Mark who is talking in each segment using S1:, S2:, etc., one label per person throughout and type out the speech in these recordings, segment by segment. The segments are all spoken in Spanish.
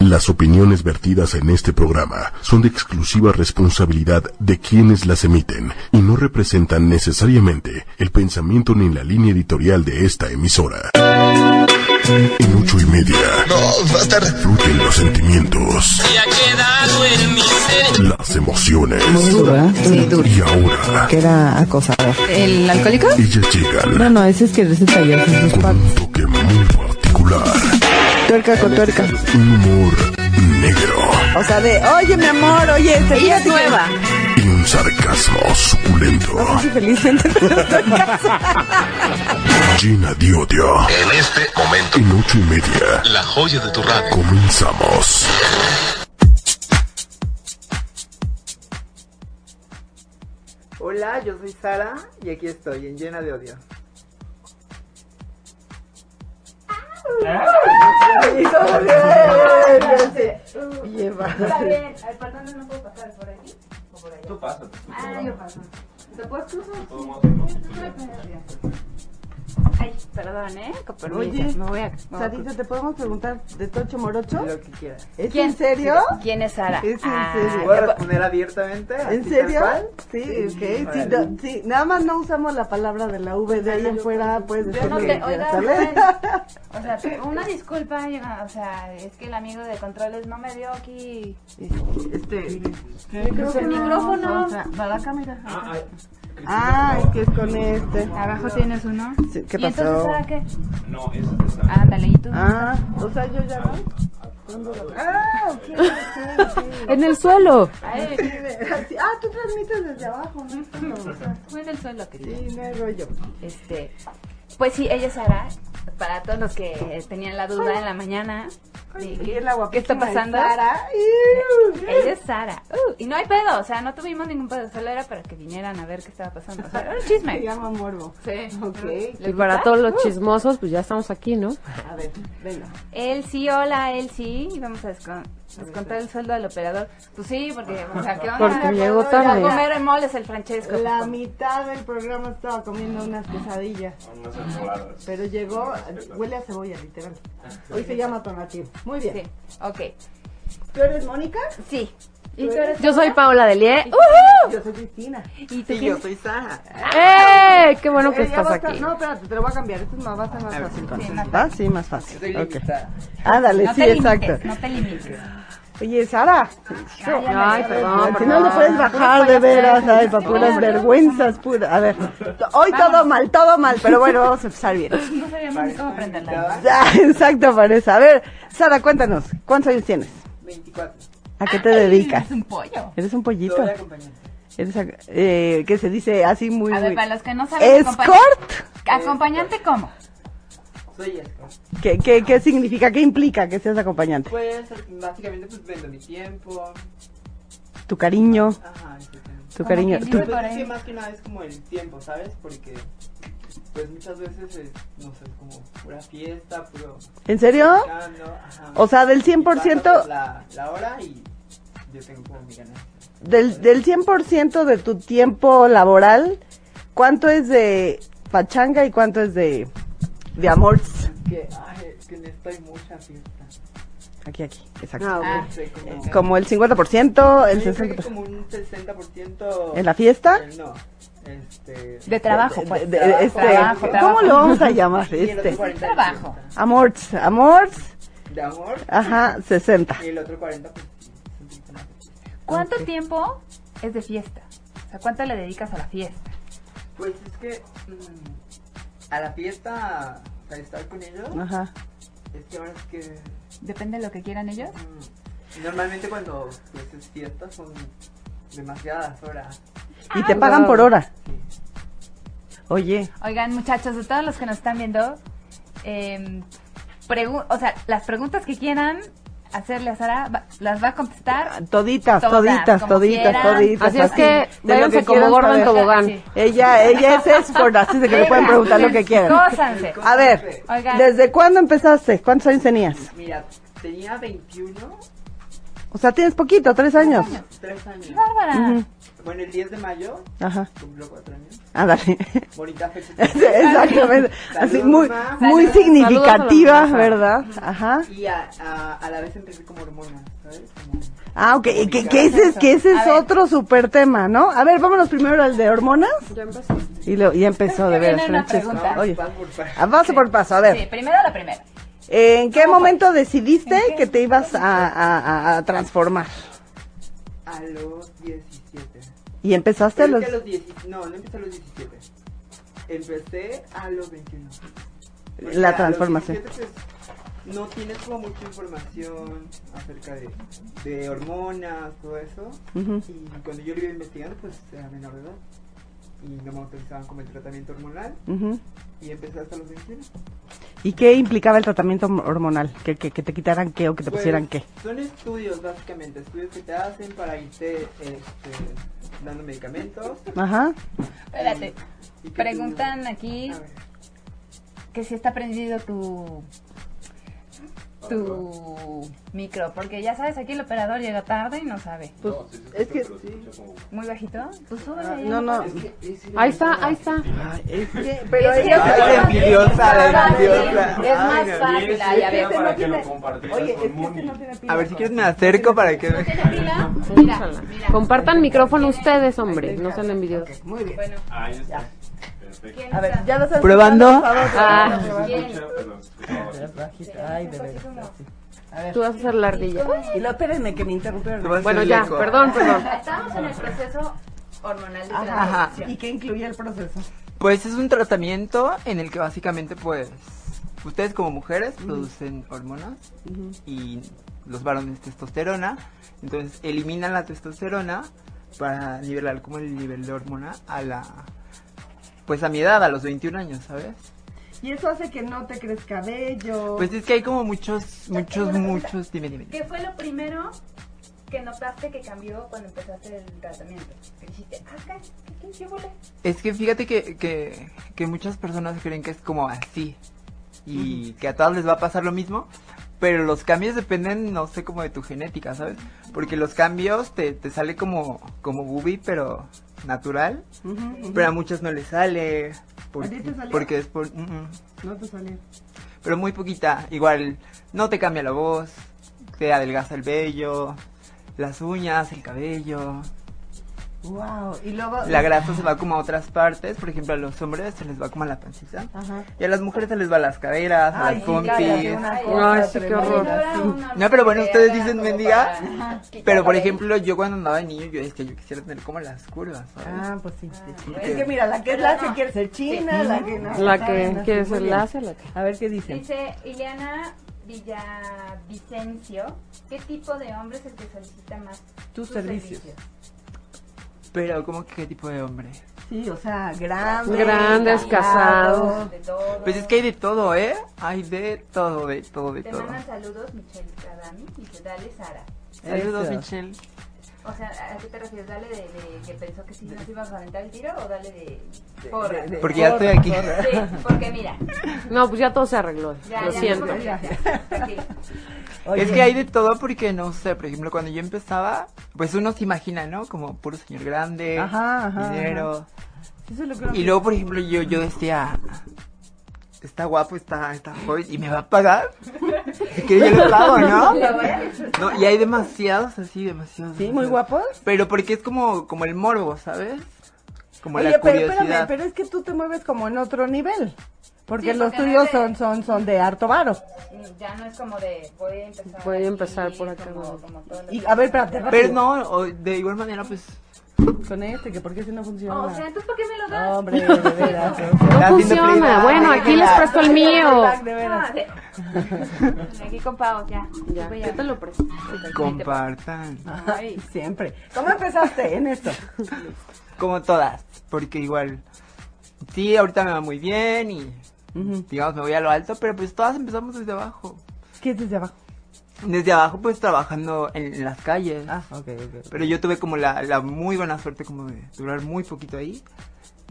S1: Las opiniones vertidas en este programa son de exclusiva responsabilidad de quienes las emiten y no representan necesariamente el pensamiento ni la línea editorial de esta emisora. En ocho y media
S2: No, va a estar.
S1: fluyen los sentimientos,
S3: Ya quedado en mi ser.
S1: las emociones
S4: Muy duro, ¿eh?
S5: Sí, duro.
S1: y ahora
S4: Queda acosador.
S5: ¿El alcohólico?
S1: ellas
S4: No,
S1: llegan
S4: no, ese es que receta ya sus dos
S1: con
S4: patas.
S1: un toque muy particular,
S4: Tuerca con tuerca.
S1: un humor negro.
S4: O sea, de, oye, mi amor, oye, te
S5: Ella es
S4: fíjate que-
S5: nueva.
S1: y un sarcasmo suculento.
S4: Sí, Felizmente, pero estoy casada.
S1: Gina Diodio.
S2: En este momento,
S1: En ocho y media
S2: la joya de tu radio.
S1: comenzamos.
S6: Hola, yo soy Sara y aquí estoy en Llena de Odio. Y todo bien, yo sé. Lleva.
S7: Está bien, al pasante no puedo pasar por aquí o por allá. Tú pasas. Ah, yo paso. ¿Te puedes cruzar? Ay, perdón, ¿eh? Con permiso.
S5: Oye,
S7: me voy a... me voy a
S5: Sarita,
S7: cruzar.
S5: ¿te podemos preguntar de Tocho Morocho?
S6: Lo que quieras.
S5: ¿Es
S7: ¿Quién?
S5: en serio?
S7: ¿Quién es Sara?
S5: Es en
S7: Ah,
S5: serio.
S6: ¿Puedo responder abiertamente?
S5: ¿En
S6: así
S5: serio?
S6: tal cual?
S5: Sí, ok. Sí,
S6: órale.
S5: no- sí, nada más no usamos la palabra de la V de ahí en fuera, pues.
S7: Yo no te... Oiga,
S5: ¿sabes?
S7: pues, o sea, una disculpa, yo no- o sea, es que el amigo de controles no me dio aquí...
S5: Este, Micrófono.
S7: El micrófono.
S5: O sea, para acá, mira. Ah, es que es con este.
S7: Abajo tienes uno.
S5: Sí, ¿Qué
S7: ¿Y entonces ah,
S5: pasó?
S7: Sara qué? No, esa es Sara. Ándale, ¿y tú?
S5: Ah, o sea, yo ya no. Ah,
S7: En el suelo.
S5: Así- Ah, tú transmites desde abajo, ¿no? Pero, o sea,
S7: Fue en el suelo, querida.
S5: Sí, no hay rollo.
S7: Este, pues sí, ella es Sara. Para todos los que eh, tenían la duda en la mañana de
S5: Y
S7: qué,
S5: es la
S7: qué está
S5: guapísima de
S7: pasando,
S5: Sara. ¡Iu!
S7: ella es Sara. Uh, y no hay pedo, o sea, no tuvimos ningún pedo, solo era para que vinieran a ver qué estaba pasando. O sea, era un
S5: Se
S7: chisme.
S5: llama Morbo.
S7: Sí.
S5: Ok.
S7: ¿Le
S8: Y para
S7: gusta?
S8: todos los
S7: Uh,
S8: chismosos, pues ya estamos aquí, ¿no?
S5: A ver, venga.
S7: Él sí, hola, él sí. Y vamos a descon- descontar el sueldo del operador. Pues sí, porque, o sea, ¿qué onda?
S8: Porque llegó
S7: Fue a
S8: tarde.
S7: comer en moles el Francesco.
S5: La mitad del programa estaba comiendo unas quesadillas. Pero llegó, huele a cebolla, literal. Hoy se llama Tonatiuh. Muy bien.
S7: Sí, ok.
S5: ¿Tú eres Mónica?
S7: Sí. ¿Y tú eres
S8: Yo soy Paola Delie.
S5: Yo soy Cristina.
S7: ¿Y tú
S6: Sí,
S7: quién-
S6: yo soy Sara.
S8: ¡Eh! ¡Qué bueno que
S5: Eh, ya
S8: estás
S5: va a estar-
S8: aquí!
S5: No, espérate, te lo voy a cambiar. Esto es más, va a estar más fácil.
S7: más
S5: ¿Va? Ah, Sí, más fácil.
S6: Soy
S5: Ok.
S6: limitada.
S5: Ah, dale,
S7: No
S5: sí,
S7: te limites,
S5: exacto.
S7: no te limites.
S5: Oye, Sara,
S8: Ay, perdón,
S5: si no
S8: perdón.
S5: le puedes bajar de veras, ay, para puras vergüenzas, pura. A ver, hoy todo mal, todo mal, pero bueno, vamos a empezar bien.
S7: No sabíamos ni cómo aprenderla.
S5: Ya, exacto, Vanessa. A ver, Sara, cuéntanos, ¿cuántos años tienes?
S6: 24.
S5: ¿A qué te dedicas?
S7: un pollo.
S5: Eres un pollito.
S6: Soy acompañante.
S5: Eres, ac- eh, que se dice así muy...
S7: A ver,
S5: muy-
S7: para los que no saben. acompañante-
S5: ¿Escort?
S7: ¿Acompañante cómo?
S6: Soy esto.
S5: ¿Qué, qué, ¿Qué significa, qué implica que seas acompañante?
S6: Pues, básicamente, pues vendo mi tiempo.
S5: Tu cariño,
S6: Ajá,
S5: tu
S6: exactamente.
S7: Como
S5: cariño,
S7: quien
S5: tu-
S7: dice,
S6: Pues
S7: Por
S6: es que
S7: ahí.
S6: más que nada es como el tiempo, ¿sabes? Porque pues muchas veces es, no sé, como pura fiesta, puro...
S5: ¿En serio?
S6: Chando, ajá.
S5: O sea, del
S6: Y pasa,
S5: 100%,
S6: pues, La, la hora y yo tengo como mi ganancia.
S5: del, del 100% de tu tiempo laboral, ¿cuánto es de pachanga y cuánto es de, de amor?
S6: Es que, ay, es que estoy mucha fiesta.
S5: Aquí, aquí, exacto. Eh,
S7: Ah,
S6: No sé, como...
S5: Como el 50%, el
S6: yo creo que
S5: 60%.
S6: como un 60%...
S5: ¿En la fiesta?
S6: Eh, No, este...
S7: De trabajo, pues.
S5: De- de- este,
S7: Trabajo,
S5: ¿Cómo
S7: trabajo.
S5: lo vamos a llamar?
S6: y el otro
S5: Este,
S6: 40 de
S7: Trabajo.
S6: fiesta.
S5: amorts, amorts,
S6: De amor
S5: ajá, 60.
S6: y el otro 40 pues, es un poquito más.
S7: ¿Cuánto tiempo es de fiesta? O sea, ¿cuánto le dedicas a la fiesta?
S6: Pues es que mm, a la fiesta, para estar con ellos,
S5: Ajá.
S6: es que ahora es que
S7: Depende de lo que quieran ellos.
S6: mm, normalmente cuando pues, es fiesta son demasiadas horas.
S5: Y
S7: Ah,
S5: te pagan por hora. Oye,
S7: Oigan, muchachos, de todos los que nos están viendo, eh, pregu- o sea, las preguntas que quieran hacerle a Sara, va- las va a
S5: Ah,
S7: contestar.
S5: toditas,
S7: Todas,
S5: toditas,
S7: como
S5: toditas,
S7: quieran.
S5: toditas.
S8: Así es que
S5: de lo
S8: váyanse
S5: que
S8: como
S5: quieran
S8: gordo en
S5: saber.
S8: tobogán.
S7: Sí.
S5: Ella, ella es expert, así de que le pueden preguntar lo que quieran.
S7: Cósanse.
S5: A ver,
S7: pues, Oigan.
S5: ¿desde cuándo empezaste? ¿Cuántos años tenías?
S6: Mira, tenía 21
S5: O sea, tienes poquito, tres años.
S6: Tres años.
S7: Bárbara.
S6: Bueno, el 10 de mayo
S5: Ajá,
S6: cumplió cuatro años.
S5: ándale.
S6: Bonita fecha.
S5: Exactamente. Así,
S6: Saludos,
S5: muy,
S6: ma.
S5: muy
S8: Saludos.
S5: significativa,
S8: Saludos a la
S5: ¿verdad? Ajá.
S6: Y a, a, a la vez empecé como hormona, ¿sabes? Como,
S5: Ah, ok. y Que, que ese es, que ese es
S7: A ver.
S5: otro super tema, ¿no? A ver, vámonos primero al de hormonas.
S8: Ya empecé.
S5: Y, lo, y empezó, de
S7: que
S5: veras,
S7: viene una
S5: Francesca.
S7: pregunta.
S5: Oye, Ah,
S6: vas por par-
S5: a paso por paso, a ver.
S7: Sí, primero la primera.
S5: ¿En qué momento decidiste
S7: ¿En qué?
S5: que te ibas a, a- a- a transformar?
S6: A los 17.
S5: Y empezaste
S6: Pero
S5: a los...
S6: es que a los 10, no, no empecé a los 17. Empecé a los 21. Porque
S5: La
S6: a los
S5: transformación.
S6: 17, pues, no tienes como mucha información acerca de, de hormonas, todo eso.
S5: Ujú.
S6: Y cuando yo lo iba investigando, pues era menor de edad. Y no me autorizaban como el tratamiento hormonal.
S5: Ujú.
S6: Y empecé hasta los 21.
S5: ¿Y qué implicaba el tratamiento hormonal? ¿Que, que, que te quitaran qué o que te
S6: Pues,
S5: pusieran qué?
S6: Son estudios, básicamente, estudios que te hacen para irte este, dando medicamentos.
S5: Ajá.
S7: Espérate.
S6: Y que
S7: Preguntan
S6: te-
S7: aquí
S6: a ver,
S7: que si está prendido tu tu micro, porque ya sabes, aquí el operador llega tarde y no sabe.
S5: Pues, Es que...
S7: Muy bajito. Tú súbele. ahí.
S5: No, no.
S8: Ahí está, ahí está.
S5: Es que...
S7: Es que-
S6: Ay,
S7: es más-
S6: envidiosa, la
S7: es más fácil,
S6: envidiosa.
S7: Es más
S6: Ay,
S7: fácil. Ay, a ver,
S9: Para
S7: no
S9: que lo compartieras con Muni.
S6: a ver, si quieres me acerco para que...
S7: tiene pila. Mira, mira.
S8: Compartan micrófono ustedes, hombre. No sean envidiosos.
S5: Muy bien.
S7: Bueno,
S9: Ahí está. Perfecto.
S7: ¿quién
S5: A ver,
S7: está?
S5: ya los has
S6: ¿Probando?
S8: Ah.
S7: ¿Quién?
S9: Pero, no,
S5: Ah, Ay, de veras.
S8: Tú vas a hacer la ardilla.
S5: Y lo espérenme que me interrumpieron.
S8: Bueno, ya, perdón, perdón.
S7: Estamos en el proceso hormonal de
S5: Ajá.
S7: transición.
S5: ¿Y qué incluía el proceso?
S6: Pues es un tratamiento en el que básicamente, pues, ustedes como mujeres producen hormonas y los varones testosterona. Entonces eliminan la testosterona para nivelar como el nivel de hormona a la, pues a mi edad, a los 21 años, ¿sabes?
S5: Y eso hace que no te crezca cabello.
S6: Pues es que hay como muchos, muchos, muchos, dime, dime.
S7: ¿Qué fue lo primero que notaste que cambió cuando empezaste el tratamiento? Que dijiste, ah, caray, ¿qué, qué, qué huele?
S6: Es que fíjate que, que, que muchas personas creen que es como así y que a todas les va a pasar lo mismo, pero los cambios dependen, no sé, como de tu genética, ¿sabes? Porque los cambios te, te sale como, como bubi, pero natural, pero a muchas no les sale. por-
S5: ¿A ti te salió?
S6: porque es por... mm, mm,
S5: No te salió.
S6: pero muy poquita, igual no te cambia la voz, te adelgaza el vello, las uñas, el cabello,
S5: Wow. Y luego...
S6: la grasa se va como a otras partes, por ejemplo a los hombres se les va como a la pancita.
S5: Ajá.
S6: Y a las mujeres se les va las caderas,
S5: Ay,
S6: las
S5: sí,
S6: pompis.
S5: claro, una
S8: Ay,
S5: cosa
S8: sí, qué
S5: tremenda.
S8: horror.
S6: No, pero bueno, ustedes dicen mendiga. Pero por ejemplo, yo cuando andaba de niño, yo decía, yo quisiera tener como las curvas, ¿sabes?
S5: Ah, pues sí. sí, sí.
S6: Porque-
S5: Es que mira, la que es la que quiere ser china, la que no.
S8: La
S5: saben,
S8: que
S5: así,
S8: quiere
S5: muy
S8: ser
S5: bien.
S8: la hace, la que.
S5: A ver qué dicen.
S7: Dice Ileana Villavicencio, ¿qué tipo de hombre es el que solicita más
S5: Tus servicios.
S6: Pero como que qué tipo de hombre.
S5: Sí, o sea, grandes.
S8: Grandes, casados.
S7: De todo.
S6: Pues es que hay de todo, ¿eh? Hay de todo, de todo, de
S7: Te
S6: todo.
S7: mandan saludos, Michelle Adami, dice, dale Sara.
S6: Saludos,
S5: Eso.
S6: Michelle.
S7: O sea, ¿a qué te refieres? ¿Dale de, de que pensó que sí nos ibas a aventar el tiro o dale de porra?
S5: de-
S6: Porque ya estoy aquí.
S7: Sí, porque mira,
S8: No, pues ya todo se arregló.
S7: ya,
S8: Lo
S7: ya,
S8: siento.
S7: no me confundas, ya, tranquilo.
S5: Oye,
S6: Es que hay de todo porque, no sé, por ejemplo, cuando yo empezaba, pues uno se imagina, ¿no? Como puro señor grande,
S5: Ajá, ajá,
S6: dinero.
S5: eso es lo que no-
S6: Y luego, por ejemplo, yo, yo decía, está guapo, está, está joven, y me va a pagar. Es que yo lo pago, ¿no? No, y hay demasiados así, demasiados.
S5: Sí,
S6: demasiados.
S5: muy guapos.
S6: Pero porque es como, como el morbo, ¿sabes? Como
S5: Oye,
S6: la
S5: pero
S6: curiosidad.
S5: espérame, pero es que tú te mueves como en otro nivel. Porque
S7: Sí,
S5: los
S7: porque
S5: tuyos son,
S7: debe-
S5: son, son de harto varo.
S7: Ya no es como de voy a empezar.
S8: Voy a
S7: aquí,
S8: empezar por acá,
S7: Como,
S8: ¿no?
S7: como todo lo
S5: Y
S7: que-
S5: a ver, espérate, rápido.
S6: Pero no, o de igual manera, pues,
S5: Con este, que porque si no funciona.
S7: O sea, ¿entonces por qué me lo das?
S5: Hombre, de veras.
S8: No
S6: haciendo
S8: funciona.
S6: playback.
S8: Bueno, aquí les presto el mío.
S5: De veras.
S7: Ah, de- Aquí con Pau, ya.
S8: Ya,
S7: Voy a-
S8: yo te lo presto.
S6: compartan.
S5: Ay, siempre. ¿Cómo empezaste en esto?
S6: Como todas, porque igual, sí, ahorita me va muy bien y, digamos, me voy a lo alto, pero pues todas empezamos desde abajo.
S5: ¿Qué es desde abajo?
S6: Desde abajo, pues, trabajando en, en las calles.
S5: Ah, ok, ok.
S6: Pero yo tuve como la, la muy buena suerte como de durar muy poquito ahí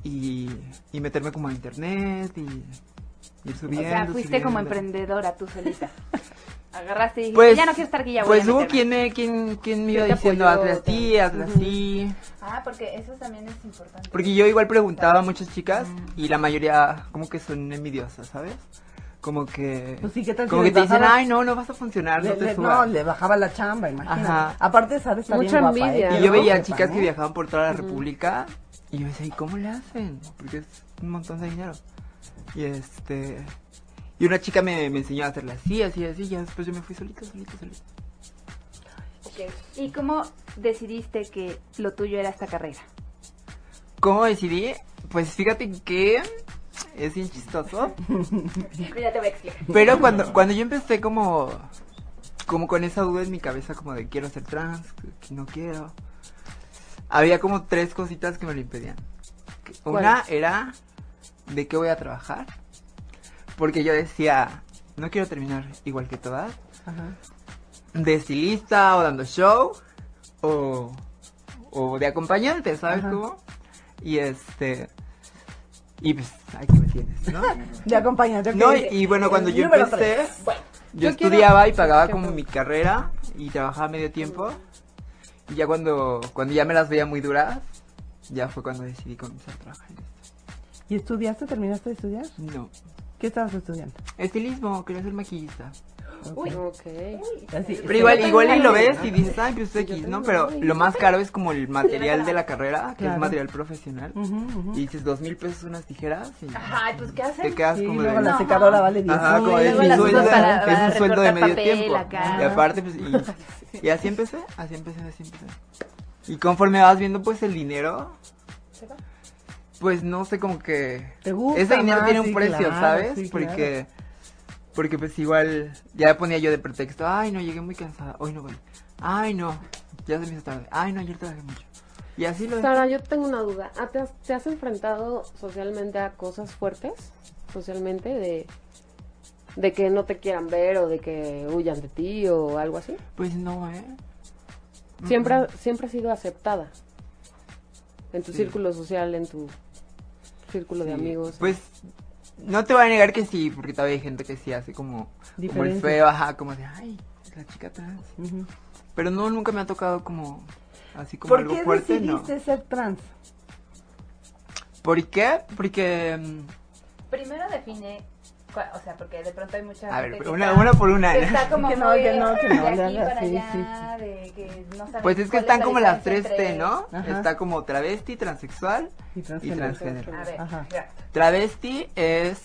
S6: y, y meterme como a internet y ir
S7: O
S6: subiendo.
S7: sea, fuiste
S6: subiendo.
S7: como emprendedora tú solita. Agarraste y dijiste,
S6: Pues,
S7: ya no quiero estar aquí, ya voy
S6: pues
S7: a
S6: hubo
S7: meterme".
S6: quien, eh, quien, quien me iba
S8: te
S6: diciendo
S8: apoyó,
S6: hazle así, hazle así.
S7: Ah, porque eso también es importante.
S6: Porque yo igual preguntaba a muchas chicas y la mayoría como que son envidiosas, ¿sabes? Como que...
S10: Pues sí, ¿qué tal si
S6: como que
S10: les
S6: te dicen,
S10: bajabas?
S6: ay, no, no vas a funcionar,
S10: Le-
S6: no te
S10: le-
S6: subas.
S10: no, le bajaba la chamba, imagínate.
S6: Ajá.
S10: Aparte, sabes, está
S8: Mucha
S10: bien guapa, ¿eh?
S8: envidia.
S10: Que
S6: Y yo
S10: lo
S6: veía
S10: sepan,
S6: chicas que
S10: ¿eh?
S6: viajaban por toda la república y yo decía, ¿y cómo le hacen? Porque es un montón de dinero. Y este... Y una chica me, me enseñó a hacerla así, así, así, y ya después yo me fui solita, solita, solita.
S7: ¿Y cómo decidiste que lo tuyo era esta carrera?
S6: ¿Cómo decidí? Pues fíjate que es bien chistoso.
S7: Pues Ya te voy a explicar.
S6: Pero cuando, cuando yo empecé como, como con esa duda en mi cabeza, como de quiero ser trans, que no quiero, había como tres cositas que me lo impedían. Que- Una era de qué voy a trabajar, porque yo decía, no quiero terminar igual que todas, de estilista o dando show, o, o de acompañante, ¿sabes cómo? Y este... Y pues, aquí me tienes, ¿no?
S10: De acompañante. ok.
S6: No, y, y bueno, cuando yo
S10: Número
S6: empecé,
S10: tres.
S6: yo, estudiaba y pagaba como mi carrera y trabajaba medio tiempo. Y ya cuando, cuando ya me las veía muy duras, ya fue cuando decidí comenzar a trabajar en esto.
S10: ¿Y estudiaste? ¿Terminaste de estudiar?
S6: No.
S10: ¿Qué estabas estudiando?
S6: Estilismo, quería ser maquillista.
S8: Ok.
S10: Así,
S6: Pero igual, igual y lo ves y dices, ay, pues X, ¿no? Pero lo más caro es como el material de la carrera, que es
S10: Claro.
S6: material profesional. Y dices, dos mil pesos unas tijeras y
S7: Ay, pues ¿qué
S6: te
S7: haces?
S6: quedas
S10: Sí,
S6: como
S10: luego
S6: de...
S10: la secadora vale 10
S6: Ajá, como es
S7: Y luego
S6: mi
S7: las
S6: sueldo,
S7: usas para- para
S6: es un sueldo de
S7: recortar
S6: medio
S7: papel
S6: tiempo.
S7: acá.
S6: Y aparte, pues, y, y así empecé, así empecé, así empecé. Y conforme vas viendo, pues, el dinero, pues, no sé, como que...
S10: Te gusta
S6: Ese dinero
S10: más,
S6: tiene un
S10: sí,
S6: precio,
S10: claro,
S6: ¿sabes?
S10: sí, claro.
S6: porque, porque, pues, igual, ya ponía yo de pretexto, ay, no, llegué muy cansada, hoy no voy, ay, no, ya se me hizo tarde, ay, no, ayer trabajé mucho. Y así lo...
S8: Sara, yo tengo una duda. Ah, ¿Te has, te has enfrentado socialmente a cosas fuertes? Socialmente de, de que no te quieran ver o de que huyan de ti o algo así.
S6: Pues no, ¿eh?
S8: Siempre, ha- siempre has sido aceptada en tu círculo social, en tu círculo de
S6: Sí,
S8: amigos.
S6: Pues no te voy a negar que sí, porque todavía hay gente que sí hace como, como el
S10: Diferencia.
S6: feo, ajá, como de, ay, la chica trans. Pero no, nunca me ha tocado como, así como
S10: ¿Por
S6: algo
S10: qué
S6: fuerte, no.
S10: decidiste ser trans?
S6: ¿Por qué? Porque, mm,
S7: Primero define, cua- o sea, porque de pronto hay mucha
S6: a
S7: gente
S6: ver,
S7: que
S6: una,
S7: está-
S6: una por una. ¿eh?
S7: que
S6: ¿no?
S7: está como
S10: Que no,
S7: muy
S10: que no, que no,
S7: de
S10: le
S7: aquí
S10: hagas,
S7: para
S10: sí,
S7: allá, de que no saben
S6: Pues es que
S7: cuál
S6: están
S7: la
S6: como las tres
S7: diferencia
S6: T,
S7: entre-
S6: ¿no?
S10: Ajá.
S6: Está como travesti, transexual
S10: Y
S6: y
S10: transgénero.
S6: transgénero.
S7: A ver,
S10: Ajá.
S7: exacto.
S6: Travesti es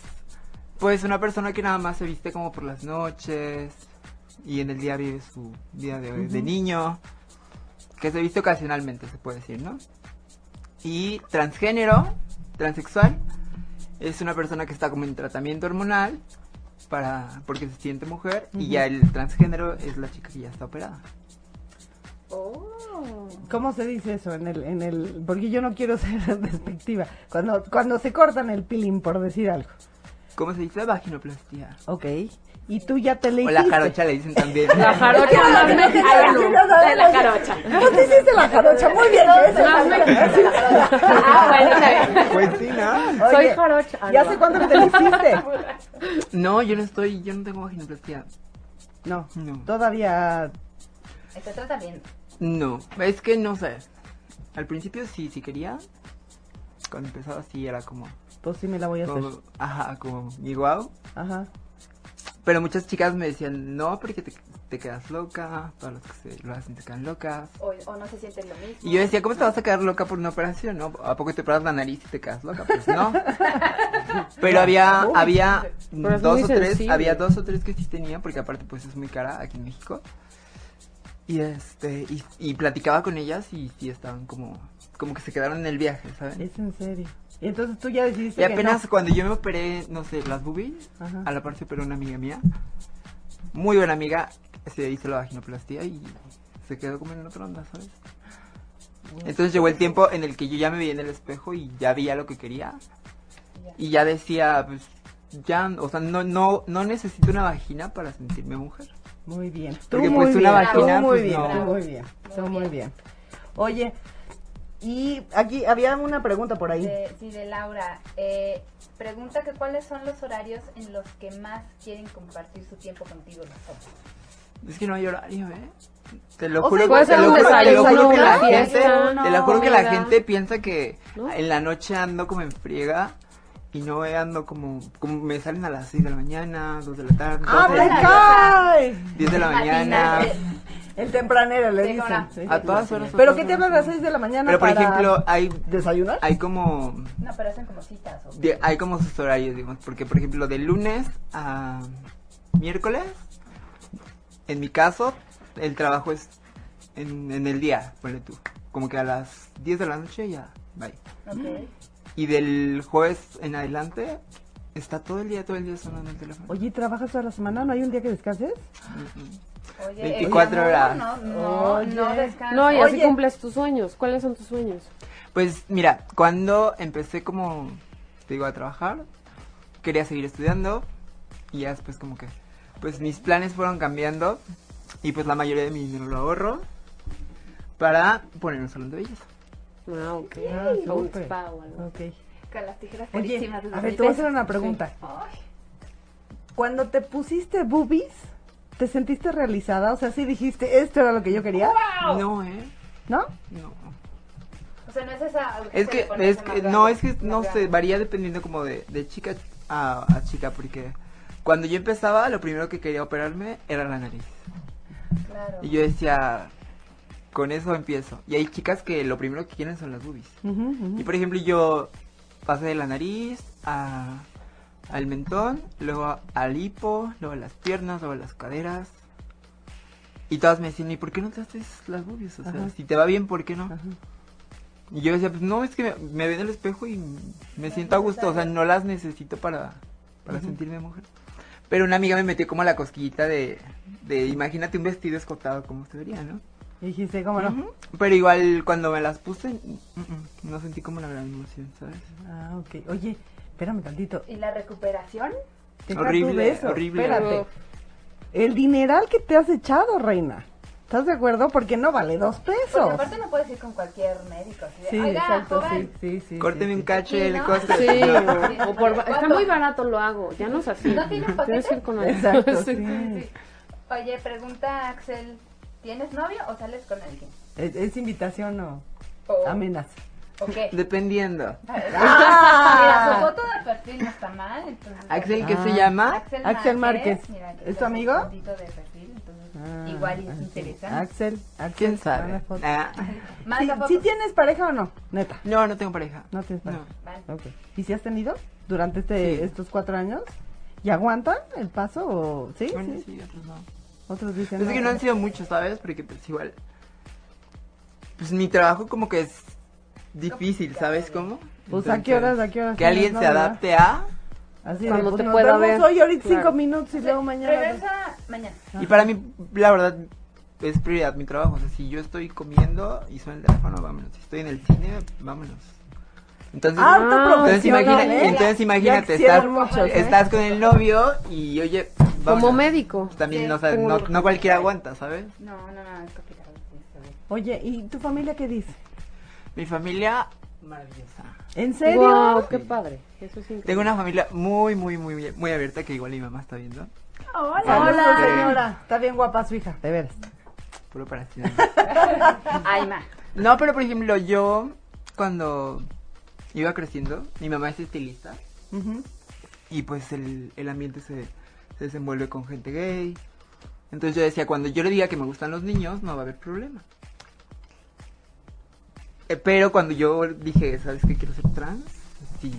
S6: pues una persona que nada más se viste como por las noches y en el día vive su día de, de niño, que se viste ocasionalmente, se puede decir, ¿no? Y transgénero, transexual, es una persona que está como en tratamiento hormonal para porque se siente mujer y ya el transgénero es la chica que ya está operada.
S10: ¿Cómo se dice eso en el, en el, porque yo no quiero ser despectiva, cuando, cuando se cortan el pilín por decir algo,
S6: ¿Cómo se dice? Vaginoplastia.
S10: ¿ok? Y tú ya te le
S6: O la
S10: hiciste.
S6: jarocha le dicen también.
S8: la jarocha
S10: Ah,
S8: más
S10: no, no,
S8: mexicana.
S10: no, no, no,
S8: la
S10: no.
S8: jarocha.
S10: Tú te hiciste la jarocha, muy bien. eso.
S8: Más mexicana. Ah, bueno, está bien.
S6: Pues sí, ¿no?
S10: Oye,
S8: Soy jarocha. Ah,
S10: ¿Ya
S8: no.
S10: hace cuánto que te le hiciste?
S6: No, yo no estoy, yo no tengo vaginoplastia.
S10: No,
S6: No.
S10: todavía
S7: Este tratamiento.
S6: No, es que no sé. Al principio sí, sí quería. Cuando empezaba así era como,
S10: Pues sí me la voy a hacer.
S6: como- ajá, como mi guau.
S10: Ajá.
S6: Pero muchas chicas me decían, no, porque te, te quedas loca, todas las que se lo hacen se quedan locas.
S7: O, o no se sienten lo mismo.
S6: Y yo decía, ¿cómo te vas a quedar loca por una operación? ¿No? ¿A poco te operas la nariz y te quedas loca? Pues no. Pero había, había
S8: Ah, Pero es
S6: dos
S8: muy
S6: o tres,
S8: sensible.
S6: había dos o tres que sí tenía, porque aparte pues es muy cara aquí en México. Y este, y, y platicaba con ellas y sí estaban como, como que se quedaron en el viaje, ¿saben?
S10: Es en serio. Y entonces tú ya decidiste
S6: Y
S10: que
S6: apenas
S10: no.
S6: cuando yo me operé, no sé, las boobies,
S10: Ajá.
S6: a la par se operó una amiga mía, muy buena amiga, se hizo la vaginoplastia y se quedó como en otra onda, ¿sabes? Entonces llegó el tiempo en el que yo ya me vi en el espejo y ya veía lo que quería. Y ya decía, pues, ya, o sea, no, no, no necesito una vagina para sentirme mujer.
S10: Muy bien. Tú
S6: Porque,
S10: muy
S6: pues,
S10: bien.
S6: una vagina,
S10: tú muy
S6: pues,
S10: bien.
S6: no.
S10: Tú muy bien. Tú muy bien. Oye,
S5: Y aquí había una pregunta por ahí.
S7: De- sí, de Laura. Eh, pregunta que cuáles son los horarios en los que más quieren compartir su tiempo contigo los otros.
S6: Es que no hay horario, ¿eh? Te lo
S5: O sea,
S6: juro,
S5: puede
S6: que-
S5: ser
S6: te lo
S5: un
S6: juro- te lo juro
S5: desayuno,
S6: que la
S5: una
S6: gente,
S8: fiesta,
S6: te lo juro que la
S8: una
S6: gente piensa que
S8: ¿No?
S6: en la noche ando como en friega y no ando como, como me salen a las 6 de la mañana, 2 de la tarde,
S5: ¡Ah,
S6: doce de la
S5: Black
S7: Black
S6: tarde,
S5: Eye!
S6: 10 de la mañana.
S7: Matinal.
S5: El tempranero le
S7: Sí,
S5: dicen.
S7: ahora.
S5: sí.
S6: A todas horas.
S5: ¿Pero qué te hablan a las 6 de la mañana
S6: Pero por
S5: para
S6: ejemplo, hay
S5: desayunar?
S6: hay como
S7: No, pero hacen como citas. ¿o?
S6: de- hay como sus horarios, digamos, porque por ejemplo, de lunes a miércoles en mi caso el trabajo es en, en el día, ponle tú, como que a las 10 de la noche ya, bye.
S7: Ok.
S6: Y del jueves en adelante está todo el día, todo el día sonando el teléfono.
S5: Oye, ¿trabajas toda la semana? ¿No hay un día que descanses?
S7: Oye,
S6: 24
S7: el amor,
S6: horas.
S7: No, no,
S5: Oye.
S7: no descansa.
S8: No, y así
S5: Oye.
S8: cumples tus sueños. ¿Cuáles son tus sueños?
S6: Pues mira, cuando empecé como, te digo, a trabajar, quería seguir estudiando y ya después como que, pues mis planes fueron cambiando y pues la mayoría de mi dinero lo ahorro para poner un salón de belleza.
S8: Ah, ok.
S5: Ah,
S8: O un
S5: súper.
S8: spa o algo.
S5: Ok.
S7: Con las tijeras
S5: Oye,
S7: carísimas.
S5: a ver, te voy a hacer una pregunta. Cuando te pusiste boobies, ¿te sentiste realizada? O sea, sí dijiste, esto era lo que yo quería,
S6: No, eh,
S5: ¿no?
S6: no.
S7: O sea, no es esa.
S6: Es que, es que, no, es que, no sé, varía dependiendo como de, de chica a, a chica, porque cuando yo empezaba, lo primero que quería operarme era la nariz.
S7: Claro.
S6: Y yo decía, con eso empiezo. Y hay chicas que lo primero que quieren son las boobies.
S5: Ujú, ujú.
S6: Y por ejemplo, yo pasé de la nariz a, al mentón, luego al hipo, luego a las piernas, luego a las caderas. Y todas me decían, ¿y por qué no te haces las boobies? O sea,
S5: Ajá.
S6: si te va bien, ¿por qué no?
S5: Ajá.
S6: Y yo decía, pues no, es que me, me veo en el espejo y me siento a gusto, o sea, no las necesito para, para sentirme mujer. Pero una amiga me metió como la cosquillita de, de imagínate un vestido escotado como se vería, ¿no?
S5: Y dijiste, ¿cómo no?
S6: Ujú. Pero igual cuando me las puse, mm, mm, no sentí como la gran emoción, ¿sabes?
S5: Ah, ok. Oye, espérame tantito.
S7: ¿Y la recuperación?
S5: Deja
S6: Horrible,
S5: tú de eso.
S6: horrible.
S5: Espérate. El dineral que te has echado, reina. ¿Estás de acuerdo? Porque no vale dos
S7: Porque
S5: pesos.
S7: aparte no puedes ir con cualquier médico. así de,
S5: Sí,
S7: "Oiga,
S5: exacto, sí,
S7: joven,
S5: sí, sí.
S6: Córteme
S5: sí,
S6: un
S5: sí.
S6: cacho el
S7: Sí, ¿no?
S6: costo.
S8: Sí, o, o por,
S7: ¿Cuánto?
S8: está muy barato lo hago, ya no es así.
S7: ¿No tienen paquete?
S8: Tienes que ir con alguien.
S5: Exacto,
S8: Sí.
S5: sí.
S7: Oye, pregunta Axel, ¿tienes novio o sales con alguien?
S5: ¿Es, es invitación o
S7: ¿O,
S5: amenaza?
S7: ¿o qué?
S6: Dependiendo.
S7: Mira, su foto de perfil no está mal. Entonces,
S6: Axel, ¿qué
S5: Ah.
S6: se llama?
S7: Axel,
S5: Axel Márquez.
S7: mira, aquí
S5: ¿Es
S7: está
S5: tu amigo?
S7: su fotito de perfil, entonces, igual y es interesante.
S5: Ah, Axel, Axel.
S6: ¿Quién
S5: manda
S6: sabe?
S5: foto.
S6: Ah.
S5: ¿Sí,
S7: Manda fotos.
S5: sí tienes pareja o no? Neta.
S6: No, no tengo pareja.
S5: No tienes pareja.
S7: Vale.
S5: Ok. ¿Y si has tenido durante este,
S6: Sí.
S5: estos cuatro años? ¿Y aguanta el paso o sí?
S6: Bueno,
S5: sí.
S6: sí, otros no. Pues
S5: Otros dicen.
S6: Es que no han sido muchos, ¿sabes? Porque pues igual... Pues mi trabajo como que es difícil, ¿sabes cómo?
S5: Pues a
S6: Entonces,
S5: qué horas, a qué horas.
S6: Que alguien se
S5: tienes novia?
S6: adapte a...
S5: Así de,
S8: Cuando
S5: pues,
S8: te
S5: nos
S8: pueda
S5: vemos
S8: ver.
S5: hoy, ahorita
S8: Claro.
S5: cinco minutos y luego mañana.
S7: Regresa mañana.
S5: Ah.
S6: Y para mí, la verdad, es prioridad mi trabajo. O sea, si yo estoy comiendo y suena el teléfono, vámonos. Si estoy en el cine, vámonos. Entonces,
S5: Ah,
S8: Harto
S6: entonces,
S5: profesional,
S6: imagina-
S5: ¿eh?
S6: entonces
S5: Ya
S6: imagínate,
S5: quisieran
S6: estás,
S5: muchos, ¿eh?
S6: estás con el novio y oye,
S8: Como
S6: vámonos. Pues
S8: médico.
S6: También,
S7: Sí,
S6: no, sabes,
S8: tengo
S6: no,
S8: una-
S6: no cualquiera aguanta, ¿sabes?
S7: No, no, no, es complicado. sí, está bien.
S5: Oye, ¿y tu familia qué dice?
S6: Mi familia, maravillosa.
S5: ¿En serio?
S8: Wow, qué padre. Eso es increíble.
S6: Tengo una familia muy, muy, muy, muy abierta que igual mi mamá está viendo.
S5: Saludos,
S7: Hola.
S5: señora. Está bien guapa su hija, de veras.
S6: Puro para ti.
S7: Ay, ma.
S6: No, pero por ejemplo, yo cuando iba creciendo, mi mamá es estilista
S5: Ujú.
S6: y pues el, el ambiente se, se desenvuelve con gente gay. Entonces yo decía, cuando yo le diga que me gustan los niños, no va a haber problema. Eh, pero cuando yo dije, ¿sabes qué? Quiero ser trans, sí,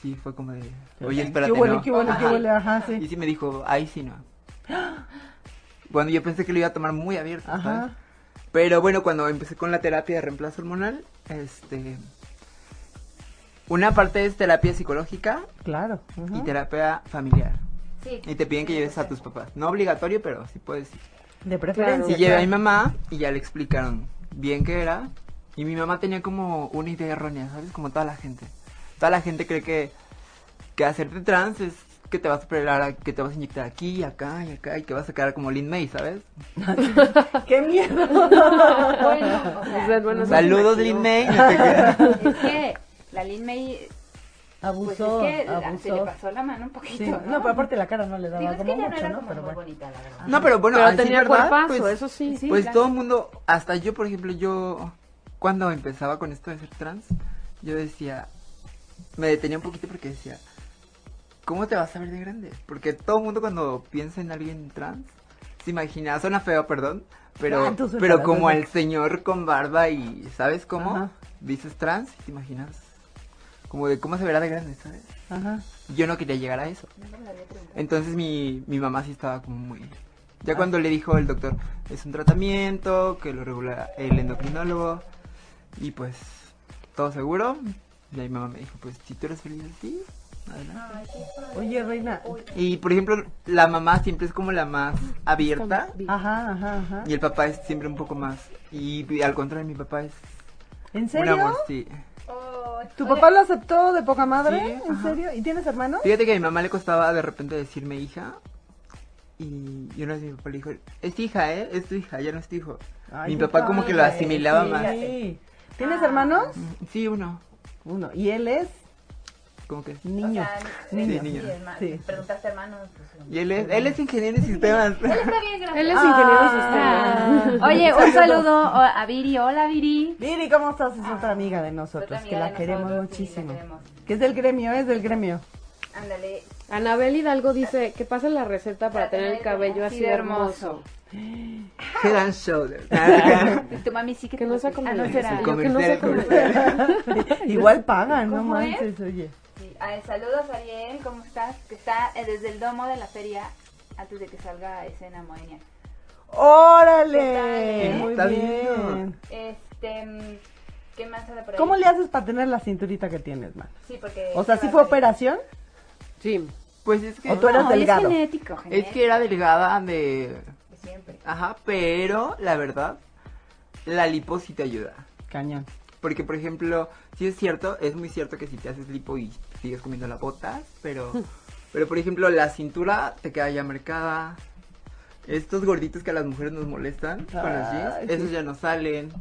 S6: sí, fue como de, oye, espérate,
S5: ¿Qué huele,
S6: no.
S5: qué huele, qué
S6: Ajá.
S5: huele? Ajá,
S6: Y
S5: sí.
S6: sí me dijo, ahí sí no. Cuando yo pensé que lo iba a tomar muy abierto, ¿sabes?
S5: Ajá.
S6: Pero bueno, cuando empecé con la terapia de reemplazo hormonal, este. Una parte es terapia psicológica
S5: Claro. ajá.
S6: y terapia familiar.
S7: Sí.
S6: Y te piden que lleves a tus papás. No obligatorio, pero sí puedes ir.
S5: De preferencia.
S6: Y llevé a mi mamá y ya le explicaron bien qué era. Y mi mamá tenía como una idea errónea, ¿sabes? Como toda la gente. Toda la gente cree que, que hacerte trans es que te vas a operar, a- que te vas a inyectar aquí, acá y acá, y que vas a quedar como Lin May, ¿sabes?
S10: ¡Qué miedo!
S7: Bueno, o sea,
S8: Pues, bueno, eso
S6: Saludos,
S8: me
S6: Lin
S8: imagino.
S6: May. no sé qué.
S7: es que la Lin May, pues
S5: Abusó,
S7: es que la- se le
S5: abusó.
S7: pasó la mano un poquito,
S5: Sí,
S7: ¿no?
S5: no, pero aparte la cara no le daba
S7: Digo, es
S5: como
S7: que ya no
S5: mucho,
S7: era
S5: ¿no?
S7: como
S5: Pero
S7: muy
S5: bueno.
S7: bonita, la verdad.
S6: No, pero bueno,
S8: Pero
S6: así,
S8: tenía
S6: ¿verdad?
S8: cuerpazo,
S6: Pues-
S8: eso sí.
S7: Sí,
S6: Pues
S7: claro.
S6: todo el mundo, hasta yo, por ejemplo, yo cuando empezaba con esto de ser trans, yo decía, me detenía un poquito porque decía, ¿cómo te vas a ver de grande? Porque todo el mundo cuando piensa en alguien trans, se imagina, suena feo, perdón, pero,
S5: Ah, tú suena,
S6: pero
S5: tú
S6: como
S5: suena.
S6: al señor con barba y, ¿sabes cómo?
S5: Ajá.
S6: Dices trans y te imaginas como de cómo se verá de grande, ¿sabes?
S5: Ajá.
S6: yo no quería llegar a eso. Entonces mi, mi mamá sí estaba como muy... Ya cuando le dijo el doctor, es un tratamiento que lo regula el endocrinólogo y pues todo seguro. Y ahí mi mamá me dijo, pues si tú eres feliz así, adelante.
S5: Oye, reina.
S6: Y por ejemplo, la mamá siempre es como la más abierta
S5: Ajá, ajá, ajá.
S6: y el papá es siempre un poco más... Y al contrario, mi papá es
S5: ¿En
S6: un
S5: serio?
S6: amor, sí.
S7: Oh,
S5: ¿Tu papá lo aceptó de poca madre?
S6: Sí,
S5: ¿En
S6: ajá.
S5: serio? ¿Y tienes hermanos?
S6: Fíjate que a mi mamá le costaba de repente decirme hija. Y, y una vez mi papá le dijo, es hija, ¿eh? Es tu hija, ya no es tu hijo.
S5: Ay,
S6: mi
S5: qué
S6: papá como que lo
S5: padre,
S6: asimilaba
S5: sí.
S6: más.
S7: Ah.
S5: ¿Tienes hermanos?
S6: Mm, Sí, uno.
S5: Uno. ¿Y él es?
S6: Como que...
S5: Niño.
S6: niño.
S7: niño. Sí,
S6: niño.
S7: hermano,
S5: Sí.
S7: Preguntaste hermanos. pues,
S6: Y él es, él es ingeniero en sistemas.
S7: Él está bien, gracias.
S8: Él es ingeniero de
S7: Ah.
S8: sistemas.
S7: Oye, un saludo a Viri. Hola, Viri.
S5: Viri, ¿cómo estás? Es otra amiga de nosotros,
S7: Ah. Otra amiga
S5: que la
S7: de
S5: queremos
S7: nosotros, sí,
S5: muchísimo.
S7: la queremos.
S5: Que es del gremio, es del gremio.
S7: Ándale.
S8: Anabel Hidalgo dice que pase la receta para tener el cabello así de hermoso.
S6: Head and shoulders. Ah,
S7: Tu mami sí que,
S8: Que
S7: te
S8: no
S7: lo
S8: sea
S7: puso. Ah,
S8: comercial.
S7: no será.
S6: El
S8: Yo que no sea
S6: comercial,
S8: comercial.
S5: Igual pagan, no
S7: Pues, ¿Cómo es?
S5: manches, oye.
S7: Sí. Ah, saludos, Ariel. ¿Cómo estás? Que está eh, desde el domo de la feria antes de que salga a escena Moenia.
S5: ¡Órale!
S7: ¿Qué tal,
S5: Muy
S6: Está
S5: bien.
S6: bien.
S7: Este. mm, ¿Qué más anda por ahí?
S5: ¿Cómo le haces para tener la cinturita que tienes, man?
S7: Sí, porque.
S5: O sea, ¿sí fue
S7: operado.
S5: operación?
S8: Sí.
S6: Pues es que...
S5: ¿O tú eras
S7: No, es
S5: delgado?
S7: genético,
S6: Es
S7: genético.
S6: que era delgada de...
S7: Siempre.
S6: Ajá, pero la verdad, la lipo sí te ayuda.
S5: Cañón.
S6: Porque, por ejemplo, sí es cierto, es muy cierto que si te haces lipo y sigues comiendo las botas, pero, pero por ejemplo, la cintura te queda ya marcada. Estos gorditos que a las mujeres nos molestan con los jeans,
S5: Ay, sí.
S6: esos ya no salen.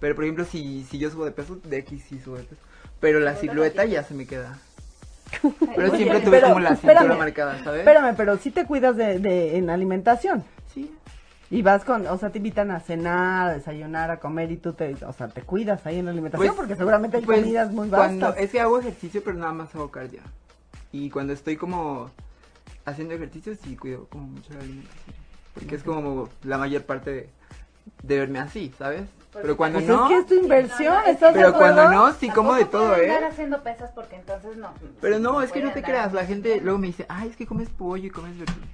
S6: Pero, por ejemplo, si, si yo subo de peso, de aquí sí subo de peso. Pero la silueta ya se me queda. Pero siempre tuve
S5: pero,
S6: como la cintura
S5: espérame,
S6: marcada, ¿sabes?
S5: Espérame, pero sí te cuidas de, de- en alimentación.
S6: Sí.
S5: Y vas con, o sea, te invitan a cenar, a desayunar, a comer y tú te, o sea, te cuidas ahí en la alimentación
S6: Pues,
S5: porque seguramente hay
S6: pues,
S5: comidas muy
S6: cuando-
S5: vastas.
S6: Es que hago ejercicio, pero nada más hago cardio. Y cuando estoy como haciendo ejercicio, sí cuido como mucho la alimentación. Porque es como la mayor parte de, de verme así, ¿sabes? Pero cuando
S5: Pues
S6: no,
S5: es que es tu inversión,
S7: no, no,
S5: ¿estás de
S6: pero cuando
S5: acuerdo?
S6: no, sí como de
S7: Tampoco
S6: todo,
S7: puedo andar
S6: ¿eh?
S7: haciendo pesas porque entonces no.
S6: Pero no, es que no
S7: puede
S6: te
S7: andar.
S6: creas, la gente luego me dice, ay, es que comes pollo y comes verdura.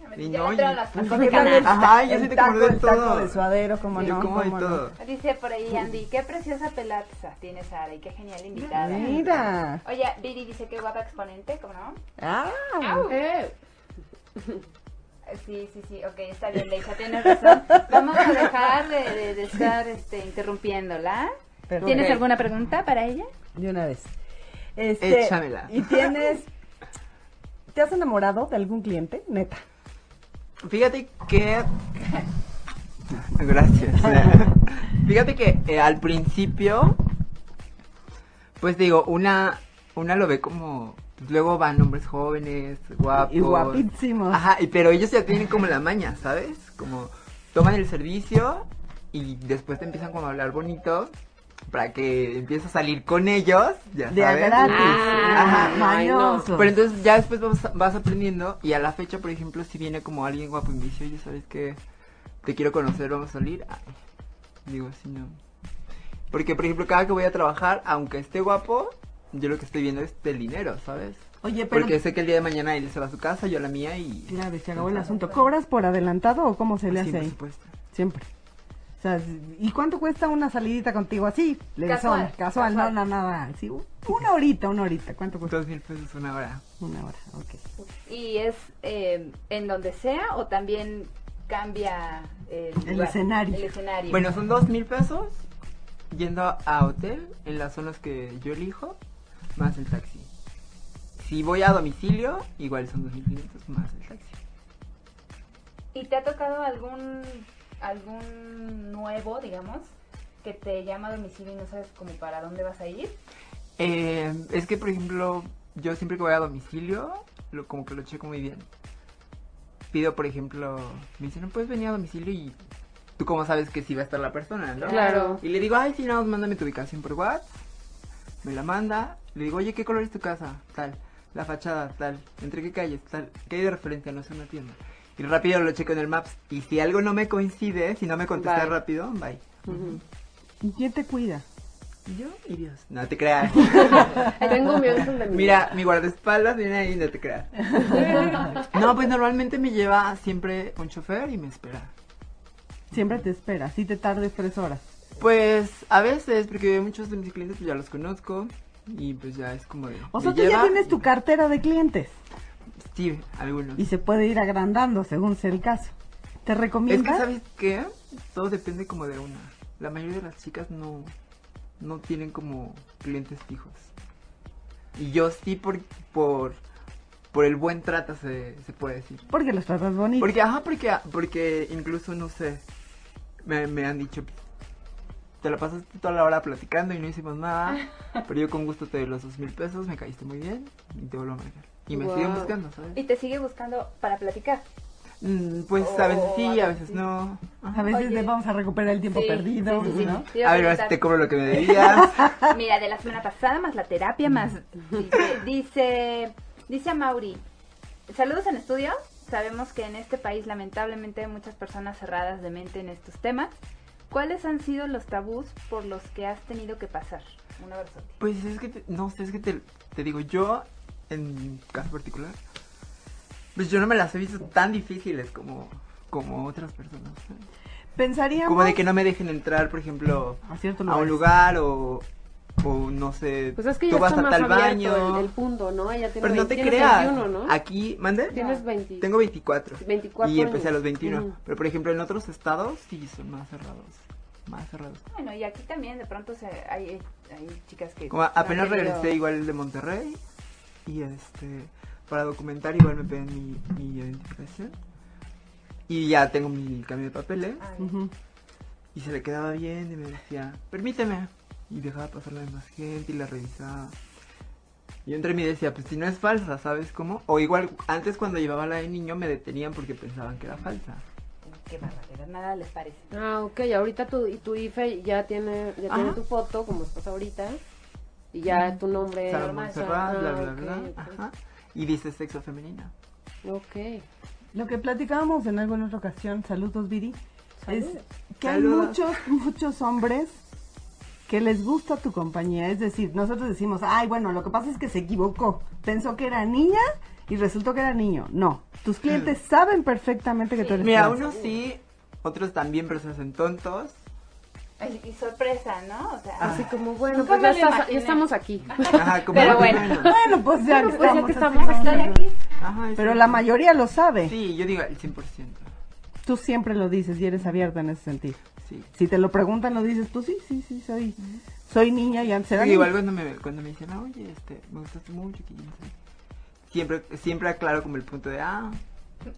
S7: Ya
S6: Y
S7: le
S6: no, y- ah.
S7: entraron las
S5: Pues,
S7: patas
S5: ¿qué
S7: de
S5: tal
S7: canal.
S5: el ta-
S6: Ajá, yo
S5: el
S6: sí te
S5: taco,
S6: como de
S5: el taco
S6: todo.
S5: de suadero, como
S6: Yo
S5: no,
S6: como de
S5: cómo no.
S6: todo.
S7: Dice por ahí Andy, qué preciosa pelaza tiene Sara y qué genial invitada.
S5: Mira.
S7: Oye, Viri dice qué guapa exponente, ¿cómo no?
S5: Ah,
S8: Eh,
S7: Sí, sí, sí, ok, está bien, Leisa, tienes razón. Vamos a dejar de, de- de estar este, interrumpiéndola.
S5: Perfecto.
S7: ¿Tienes
S6: Ok.
S7: alguna pregunta para ella?
S5: de una vez. Este,
S6: Échamela.
S5: ¿Y tienes, te has enamorado de algún cliente? Neta.
S6: Fíjate que. Gracias. Fíjate que eh, al principio. Pues digo, una. Una lo ve como. pues Luego van hombres jóvenes, guapos.
S5: Y guapísimos.
S6: Ajá, y, pero ellos ya tienen como la maña, ¿sabes? Como toman el servicio y después te empiezan como a hablar bonito para que empieces a salir con ellos, ya
S5: De
S6: sabes.
S5: gratis.
S8: Ah,
S5: Ajá,
S8: ay, no.
S5: mañoso.
S6: Pero entonces ya después vas, vas aprendiendo y a la fecha, por ejemplo, si viene como alguien guapo y me dice, oye, ¿sabes qué? Te quiero conocer, vamos a salir. Ah, digo, si no. Porque, por ejemplo, cada que voy a trabajar, aunque esté guapo, yo lo que estoy viendo es el dinero, ¿sabes?
S5: Oye, pero
S6: Porque sé que el día de mañana él se va a su casa, yo a la mía y...
S5: Claro, y se acabó el asunto. ¿Cobras por adelantado o cómo se le
S6: Pues Sí,
S5: hace
S6: por
S5: ahí?
S6: supuesto.
S5: Siempre. O sea, ¿y cuánto cuesta una salidita contigo así? Levesón,
S7: Casual,
S5: casual,
S7: casual.
S5: no, no, nada. Sí, u- una horita, una horita. ¿Cuánto cuesta?
S6: Dos mil pesos una hora.
S5: Una hora, ok.
S7: ¿Y es eh, en donde sea o también cambia el,
S5: El
S7: lugar,
S5: escenario.
S7: el escenario?
S6: Bueno, son dos mil pesos yendo a hotel en las zonas que yo elijo, más el taxi. si voy a domicilio, igual son 2.500 más el taxi.
S7: ¿Y te ha tocado algún algún nuevo, digamos, que te llama a domicilio y no sabes como para dónde vas a ir?
S6: Eh, es que, por ejemplo, yo siempre que voy a domicilio, lo, como que lo checo muy bien. Pido, por ejemplo, me dicen, no puedes venir a domicilio y tú cómo sabes que sí va a estar la persona, ¿no?
S8: Claro.
S6: Y le digo, ay, sí, nada más mándame tu ubicación por WhatsApp. Me la manda. Le digo, oye, ¿qué color es tu casa? Tal. La fachada, tal. ¿Entre qué calles? Tal. ¿Qué hay de referencia? No sé, una tienda. Y rápido lo checo en el Maps. Y si algo no me coincide, si no me contesta
S8: Bye.
S6: rápido, bye.
S5: ¿Y quién te cuida?
S6: Yo y Dios. No te creas.
S8: Tengo mi ángel de mi
S6: Mira, mi guardaespaldas viene ahí, no te creas. No, pues normalmente me lleva siempre un chofer y me espera.
S5: Siempre te espera, si te tardes tres horas.
S6: Pues a veces, porque muchos de mis clientes pues, ya los conozco y pues ya es como de.
S5: O
S6: me
S5: sea, tú ya
S6: lleva
S5: tienes tu cartera de clientes
S6: y- Sí, algunos.
S5: y se puede ir agrandando según sea el caso. ¿Te
S6: Es
S5: recomiendas?
S6: que, ¿sabes qué? Todo depende como de una. La mayoría de las chicas no, no tienen como clientes fijos. Y yo sí por, por, por el buen trato se, se puede decir.
S5: Porque los tratas bonito.
S6: Porque, ajá, porque, porque incluso, no sé, me, me han dicho, te la pasaste toda la hora platicando y no hicimos nada, pero yo con gusto te doy los dos mil pesos, me caíste muy bien y te vuelvo a marcar. Y me
S8: Guau.
S6: siguen buscando, ¿sabes?
S7: Y te sigue buscando para platicar.
S6: Mm, pues a veces sí,
S7: Oh,
S6: a veces no.
S5: A veces
S7: Oye.
S5: le vamos a recuperar el tiempo
S7: Sí,
S5: perdido,
S7: sí, sí, sí.
S5: ¿no?
S7: Te iba
S6: A
S7: a
S6: ver, a ver si
S7: preguntar.
S6: te cobro lo que me debías.
S7: Mira, de la semana pasada, más la terapia, más. Dice, dice, dice a Mauri. Saludos en estudio. Sabemos que en este país, lamentablemente, hay muchas personas cerradas de mente en estos temas. ¿Cuáles han sido los tabús por los que has tenido que pasar? Un abrazo.
S6: Pues es que, te- no sé, es que te, te digo, yo, en mi caso particular, pues yo no me las he visto tan difíciles como, como otras personas. ¿sabes?
S5: Pensaríamos
S6: Como de que no me dejen entrar, por ejemplo,
S5: a cierto
S6: a
S5: lugar.
S6: un lugar o, o no sé,
S8: Pues es que
S6: tú
S8: ya
S6: vas
S8: está
S6: a
S8: más
S6: tal
S8: abierto
S6: baño.
S8: el, el punto, ¿no? Ya tiene
S6: pero no
S8: 20
S6: te
S8: tienes
S6: creas.
S8: 21, ¿no?
S6: Aquí, ¿mande?
S8: Tienes 20.
S6: Tengo 24.
S8: 24
S6: y empecé a los
S8: años. Mm.
S6: 21.
S8: Ujú.
S6: Pero por ejemplo, en otros estados sí son más cerrados. Más cerrados.
S7: Bueno, y aquí también, de pronto, se- hay, hay chicas que.
S6: Como a-
S7: no han
S6: apenas
S7: querido-
S6: regresé igual de Monterrey y este para documentar igual me piden mi, mi identificación y ya tengo mi cambio de papeles
S7: Ah, ya.
S5: Ujú.
S6: y se le quedaba bien y me decía permíteme y dejaba pasar la demás gente y la revisaba y yo entre mí decía pues si no es falsa sabes cómo o igual antes cuando llevaba la de niño me detenían porque pensaban que era falsa
S7: Qué barbaridad, nada les parece.
S8: Ah, ok, ahorita tu, y tu IFE ya tiene, ya tiene
S6: Ajá.
S8: tu foto, como estás ahorita, y ya tu nombre
S6: Sara
S8: normal.
S6: Montserrat,
S8: Ah,
S6: bla bla
S8: ok,
S6: bla
S8: ok.
S6: ajá. y dice sexo femenino
S8: Ok.
S5: Lo que platicábamos en alguna otra ocasión, saludos Viri,
S8: Saludos.
S5: es que
S6: Saludos.
S5: hay muchos, muchos hombres que les gusta tu compañía. Es decir, nosotros decimos, ay, bueno, lo que pasa es que se equivocó. Pensó que era niña y resultó que era niño. No, tus clientes saben perfectamente que tú eres
S6: Mira,
S5: trans.
S6: unos sí, otros también, pero se hacen tontos.
S7: Ay, Y sorpresa, ¿no? O sea,
S6: Ah.
S8: Así como, bueno,
S7: Nunca
S8: pues ya,
S7: me lo
S8: estás- ya
S7: imaginé.
S8: estamos aquí.
S6: Ajá, como
S7: Pero
S6: que
S7: bueno.
S5: Bueno, pues ya que
S8: Bueno, pues ya
S5: estamos,
S8: que
S5: así
S8: estamos,
S5: que
S7: ¿están
S5: vamos.
S7: aquí?
S6: Ajá,
S5: Pero
S6: sí.
S5: la mayoría lo sabe.
S6: Sí, yo digo el 100%.
S5: Tú siempre lo dices y eres abierta en ese sentido.
S6: Sí.
S5: Si te lo preguntan, lo dices, pues sí, sí, sí, soy, soy niña y antes era
S6: Sí,
S5: niña.
S6: igual cuando me, cuando me dicen, oye, este, me gustaste mucho, que yo no sé". Siempre, siempre aclaro como el punto de, ah,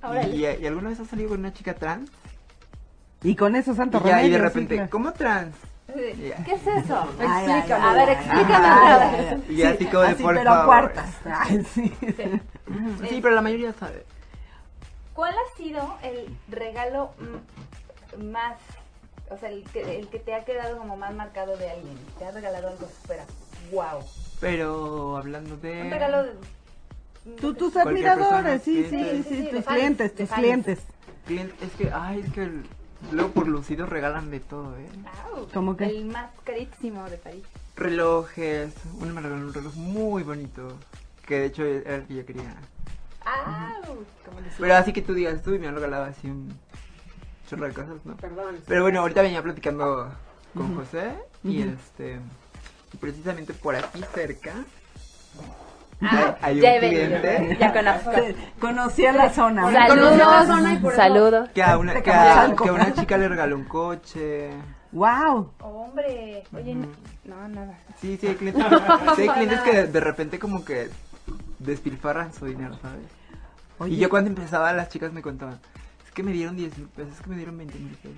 S7: Órale.
S6: y, y alguna vez has salido con una chica trans?
S5: Y con eso santo
S6: Y, ya, y
S5: remedio,
S6: de
S5: sí,
S6: repente,
S5: claro.
S6: ¿cómo trans? Ya.
S7: ¿Qué es eso?
S5: Ay, ay, ay,
S7: Explícame. A ver,
S5: ay,
S7: explícame
S5: ay,
S7: otra
S5: ay,
S7: vez.
S5: ay, ay.
S6: Y así como de, "Por
S5: pero
S6: favor".
S5: cuartas. Ay, sí.
S6: Sí, pero la mayoría sabe.
S7: ¿Cuál ha sido el regalo mm, más, o sea, el que, el que te ha quedado como más marcado de alguien? ¿Te ha regalado algo súper wow?
S6: Pero hablando de...
S7: Un regalo de...
S5: Tú, tus
S6: Cualquier persona,
S5: admiradores, sí,
S6: sí,
S5: sí, sí,
S6: sí,
S7: sí, de
S5: tus
S7: fans,
S5: clientes,
S7: de
S5: tus
S7: fans.
S5: clientes.
S6: cliente- es que, ay, es que el- luego por lucidos regalan de todo, ¿eh?
S7: Au,
S5: ¿Cómo qué?
S7: El más carísimo de París.
S6: relojes, uno me regaló un reloj muy bonito, que de hecho era el que yo quería.
S7: ¡Au! Como les-
S6: Pero así que tú digas, tú y me han regalado así un chorro de cosas, ¿no?
S8: Perdón.
S6: Pero bueno, ahorita venía platicando con José y este, y precisamente por aquí cerca
S7: Ah,
S6: hay, hay
S7: ya he
S6: un
S7: venido,
S6: cliente
S7: ya conozco.
S5: Conocí a la zona.
S8: Conocí la
S7: Saludos,
S8: zona y por eso-
S7: saludos.
S6: que a, una,
S5: De
S6: que, a,
S5: Camachalco.
S6: que a una chica le regaló un coche.
S5: Wow.
S7: Hombre, oye, no, no, nada.
S6: Sí, sí, hay clientes, sí, hay clientes que de, de repente como que despilfarran su dinero, ¿sabes?
S5: Oye.
S6: Y yo cuando empezaba, las chicas me contaban, es que me dieron 10 mil pesos, es que me dieron 20 mil pesos.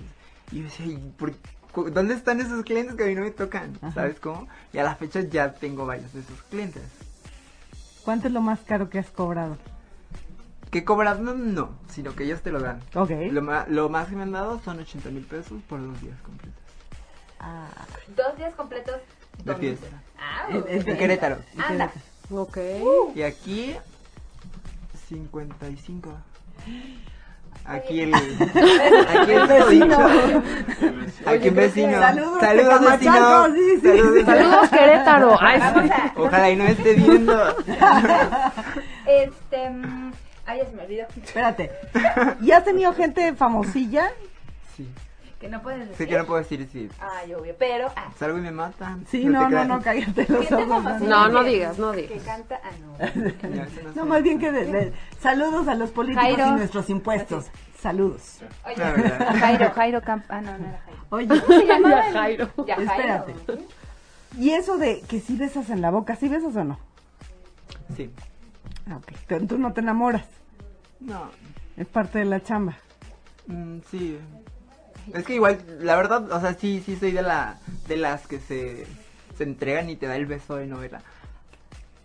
S6: Y yo decía, "¿Y por cu- ¿dónde están esos clientes que a mí no me tocan? ¿Sabes cómo? Y a la fecha ya tengo varios de esos clientes.
S5: ¿Cuánto es lo más caro que has cobrado?
S6: Que cobrando no, sino que ellos te lo dan.
S5: Ok.
S6: Lo, ma- lo más que me han dado son 80 mil pesos por dos días completos.
S5: Ah,
S7: Dos días completos.
S6: De
S7: ¿dónde?
S6: fiesta.
S7: Ah,
S5: En- en-
S6: En Querétaro.
S7: Anda.
S8: Ok.
S7: Uh.
S6: Y aquí, 55. Aquí el. Aquí el
S5: Vecino.
S6: Aquí un vecino.
S5: Saludos,
S6: Saludos, vecino.
S5: Tecamachalco, sí, sí.
S6: Saludos, vecino.
S8: Saludos, Querétaro. Ay,
S7: Vamos
S8: sí.
S7: a.
S6: Ojalá y no esté viendo.
S7: Este. mm, Ay, ya se me olvidó.
S5: Espérate. ¿Y has tenido gente famosilla?
S6: Sí.
S7: Que no puedes decir.
S6: Sé que no puedo decir sí.
S7: Ay, obvio. Pero. Ah,
S6: Salgo y me matan.
S5: Sí,
S6: te
S5: no, no,
S6: creas.
S5: no, cállate los
S7: Gente
S5: ojos.
S7: famosilla.
S5: no.
S8: No, no digas, no
S7: que
S8: digas.
S7: canta. Ah, no.
S6: Ya, eso no
S5: No,
S6: sé.
S5: más bien que de- de- saludos a los políticos
S7: Jairo.
S5: y nuestros impuestos. Saludos.
S6: La verdad.
S7: Oye, Jairo, Jairo Camp. Ah, no, no era Jairo.
S5: Oye,
S7: Se llamaba el-
S8: Jairo.
S7: Ya, Jairo.
S5: Espérate. y eso de que sí besas en la boca, ¿sí besas o no?
S6: Sí.
S5: Ah, ok. Tú, tú no te enamoras,
S6: No.
S5: es parte de la chamba.
S6: Mm, sí. Es que igual, la verdad, o sea, sí, sí soy de la de las que se, se entregan y te da el beso de novela.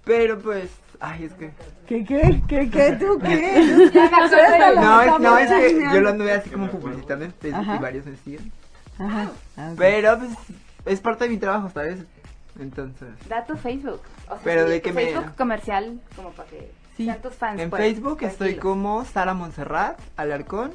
S6: Pero pues, ay, es que
S5: ¿Qué, qué, qué, qué, tú qué?
S7: Ya me acordé.
S6: no, es, no, es que yo lo anduve así como publicitando en Facebook
S5: Ajá.
S6: y varios me siguen.
S5: Ajá. Ah, ok.
S6: Pero pues es parte de mi trabajo, ¿sabes? Entonces,
S7: Da tu Facebook. O sea,
S6: Pero
S7: sí,
S6: de
S7: tu
S6: que me-
S7: Facebook comercial, como para que
S5: Sí.
S7: sean tus fans.
S6: en
S7: pues,
S6: Facebook estoy
S7: tranquilos.
S6: como Sara Montserrat Alarcón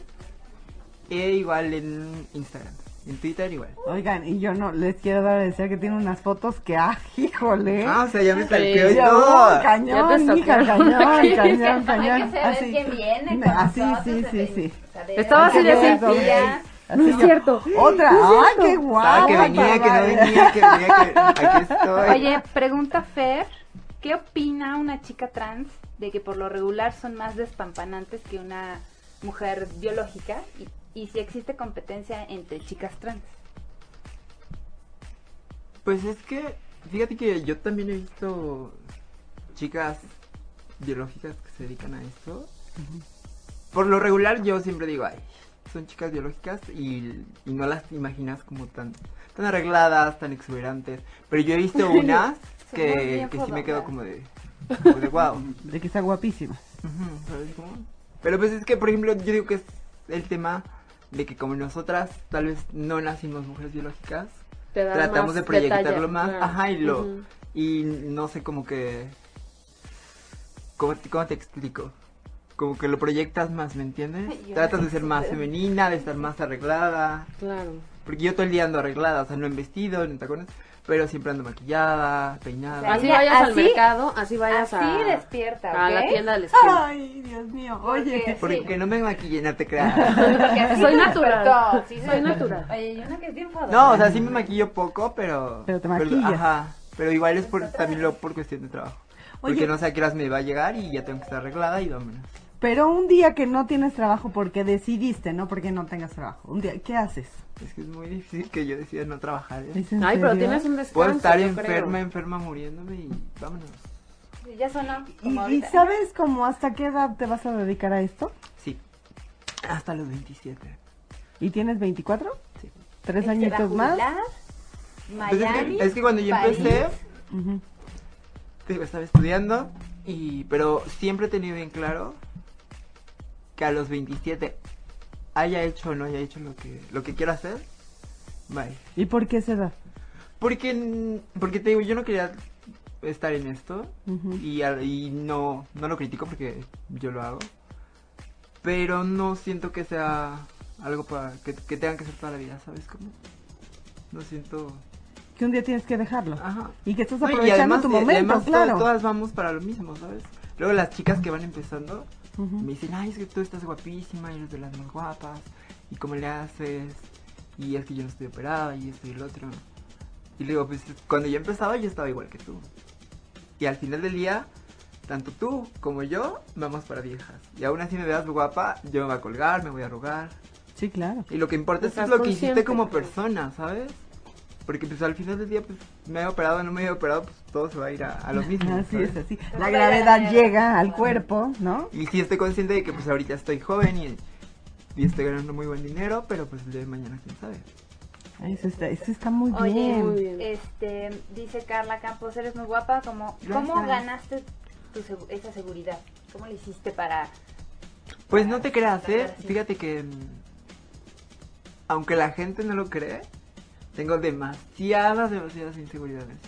S6: e igual en Instagram, en Twitter igual.
S5: Oigan, y yo no les quiero dar a decir que tiene unas fotos que, ah, híjole.
S6: Ah, o sea, ya me salqueó y
S5: Ya,
S6: todo.
S5: uy, cañón,
S8: Ya te
S5: hija,
S8: sacó.
S5: cañón, cañón,
S7: Hay que
S5: cañón. Ah,
S7: saber quién viene con
S5: Así, ah, sí,
S7: nosotros,
S5: sí,
S7: saber-
S5: sí.
S7: saber-
S8: Estaba así de
S7: saber-
S8: así.
S7: Ya.
S5: Así yo-
S8: cierto.
S5: Otra, ay, qué guapa.
S6: Ah, que venía, que no venía, que venía, que aquí estoy.
S7: Oye, pregunta Fer, ¿qué opina una chica trans de que por lo regular son más despampanantes que una mujer biológica y, y si existe competencia entre chicas trans?
S6: Pues es que, fíjate que yo también he visto chicas biológicas que se dedican a esto. Por lo regular yo siempre digo, ay, son chicas biológicas y, y no las imaginas como tan, tan arregladas, tan exuberantes. Pero yo he visto unas
S7: Somos
S6: que,
S7: bien
S6: que sí me quedo
S7: fodongas.
S6: como de, como de wow.
S5: De que está guapísima.
S6: Ujú, ¿sabes cómo? Pero pues es que, por ejemplo, yo digo que es el tema de que como nosotras tal vez no nacimos mujeres biológicas,
S8: Te da
S6: tratamos
S8: más
S6: de proyectarlo
S8: detalle,
S6: más,
S8: claro.
S6: ajá, y lo,
S8: Ujú.
S6: y no sé, como que, ¿cómo te, cómo te explico? Como que lo proyectas más, ¿me entiendes?
S7: Ay, yo
S6: Tratas
S7: no
S6: de ser más femenina, de estar más arreglada,
S8: Claro.
S6: porque yo todo el día ando arreglada, o sea, no en vestido, no en tacones, pero siempre ando maquillada, peinada.
S8: Así
S7: Mira,
S8: vayas al
S7: así-
S8: mercado, así vayas
S7: Así
S8: a,
S7: despierta, ¿ok?
S8: a la tienda del esquina.
S5: Ay, Dios mío, oye.
S7: Porque-
S6: Porque
S7: sí,
S6: no me maquillé, no te creas.
S7: porque así
S8: Soy
S7: se
S8: natural.
S7: despertó, sí se
S8: Soy
S7: despertó.
S8: natural.
S7: Oye, yo no que es bien fodonga.
S6: No, o sea, sí me maquillo poco, pero...
S5: Pero te maquillas.
S6: ajá, pero igual es por, también lo, por cuestión de trabajo. Porque
S5: Oye.
S6: no sé a qué horas me va a llegar y ya tengo que estar arreglada y vámonos.
S5: Pero un día que no tienes trabajo porque decidiste, no porque no tengas trabajo. Un día, ¿qué haces?
S6: Es que es muy difícil que yo decida no trabajar. ¿eh?
S5: ¿Es en
S8: Ay, pero
S5: serio?
S8: tienes un descanso.
S6: Puedo estar
S8: yo
S6: enferma,
S8: creo.
S6: enferma, muriéndome y vámonos.
S7: Ya sonó.
S5: ¿Y,
S7: como
S5: y
S7: ahorita.
S5: sabes como hasta qué edad te vas a dedicar a esto?
S6: Sí. Hasta los 27.
S5: ¿Y tienes 24?
S6: Sí.
S5: ¿Tres
S7: Este va a
S5: añitos más?
S7: jubilar,
S6: Pues es,
S7: Miami.
S6: que, es que cuando yo
S7: París.
S6: empecé,
S5: Ujú.
S6: te digo, estaba estudiando, y pero siempre he tenido bien claro que a los 27 haya hecho o no haya hecho lo que, lo que quiero hacer, bye.
S5: ¿Y por qué esa edad?
S6: Porque, n- porque te digo, yo no quería estar en esto
S5: Ujú.
S6: y, al- y no, no lo critico porque yo lo hago. Pero no siento que sea algo para que, que tengan que hacer toda la vida, ¿sabes cómo? No siento...
S5: Que un día tienes que dejarlo.
S6: Ajá.
S5: Y que estás
S6: Ah. No, y
S5: aprovechando tu
S6: eh,
S5: momento,
S6: además to-
S5: claro.
S6: todas vamos para lo mismo, ¿sabes? Luego las chicas que van empezando
S5: Ujú.
S6: me dicen, ay, es que tú estás guapísima, eres de las más guapas, y cómo le haces, y es que yo no estoy operada, y esto y el otro. Y le digo, pues cuando yo empezaba yo estaba igual que tú. Y al final del día, tanto tú como yo vamos para viejas. Y aún así me veas guapa, yo me voy a colgar, me voy a arrugar.
S5: Sí, claro.
S6: Y lo que importa es
S8: Estás
S6: lo que hiciste
S5: pues.
S8: consciente,
S6: como
S8: claro.
S6: persona, ¿sabes? Porque pues al final del día, pues me he operado, no me he operado, pues todo se va a ir a, a lo mismo.
S5: Así
S6: ¿sabes?
S5: es, así. La gravedad llega al cuerpo, ¿no?
S6: Y sí estoy consciente de que pues ahorita estoy joven y, y estoy ganando muy buen dinero, pero pues el día de mañana quién sabe.
S5: Eso está, eso está muy
S7: Oye,
S5: bien.
S7: este, dice Carla Campos, eres muy guapa, como, ¿cómo
S6: Gracias.
S7: ganaste tu segu- esa seguridad? ¿Cómo le hiciste para...?
S6: Pues no te creas,
S7: La
S6: ¿eh?
S7: verdad, sí.
S6: Fíjate que. mm, Aunque la gente no lo cree, tengo demasiadas, demasiadas inseguridades.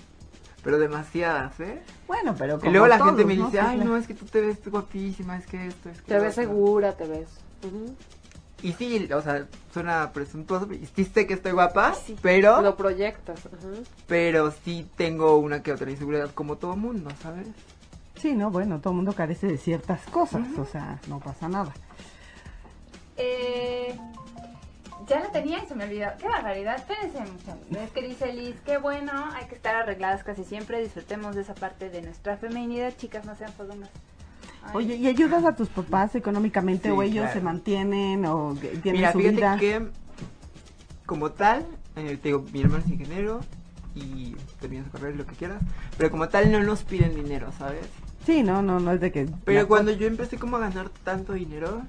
S6: Pero demasiadas, ¿eh?
S5: Bueno, pero
S6: Y
S5: como
S6: luego la
S5: todos,
S6: gente me
S5: ¿no? Pues
S6: dice,
S5: Sí,
S6: ay,
S5: claro.
S6: no, es que tú te ves guapísima, es que esto, es que.
S8: Te
S6: lo
S8: ves
S6: otro".
S8: segura, te ves. Ujú.
S6: Y sí, o sea, suena presuntuoso. Y sí sé que estoy guapa, pero.
S8: Lo proyectas. ajá.
S6: Pero sí tengo una que otra inseguridad, como todo mundo, ¿sabes?
S5: Sí, no, bueno, todo el mundo carece de ciertas cosas, o sea, no pasa nada.
S7: Eh, ya la tenía y se me olvidó. Qué barbaridad, espérense mucho. Es que dice Liz, qué bueno, hay que estar arregladas casi siempre, disfrutemos de esa parte de nuestra feminidad, chicas, no sean fodomas. Ay,
S5: Oye, ¿y ayudas a tus papás económicamente
S6: Sí,
S5: o ellos
S6: claro.
S5: se mantienen o que- tienen
S6: Mira,
S5: su
S6: fíjate
S5: vida?
S6: que como tal, eh, te digo, mi hermano es ingeniero y pues, termina su carrera y lo que quieras, pero como tal no nos piden dinero, ¿sabes?
S5: Sí, no, no, no es de que...
S6: Pero
S5: la-
S6: cuando yo empecé como a ganar tanto dinero,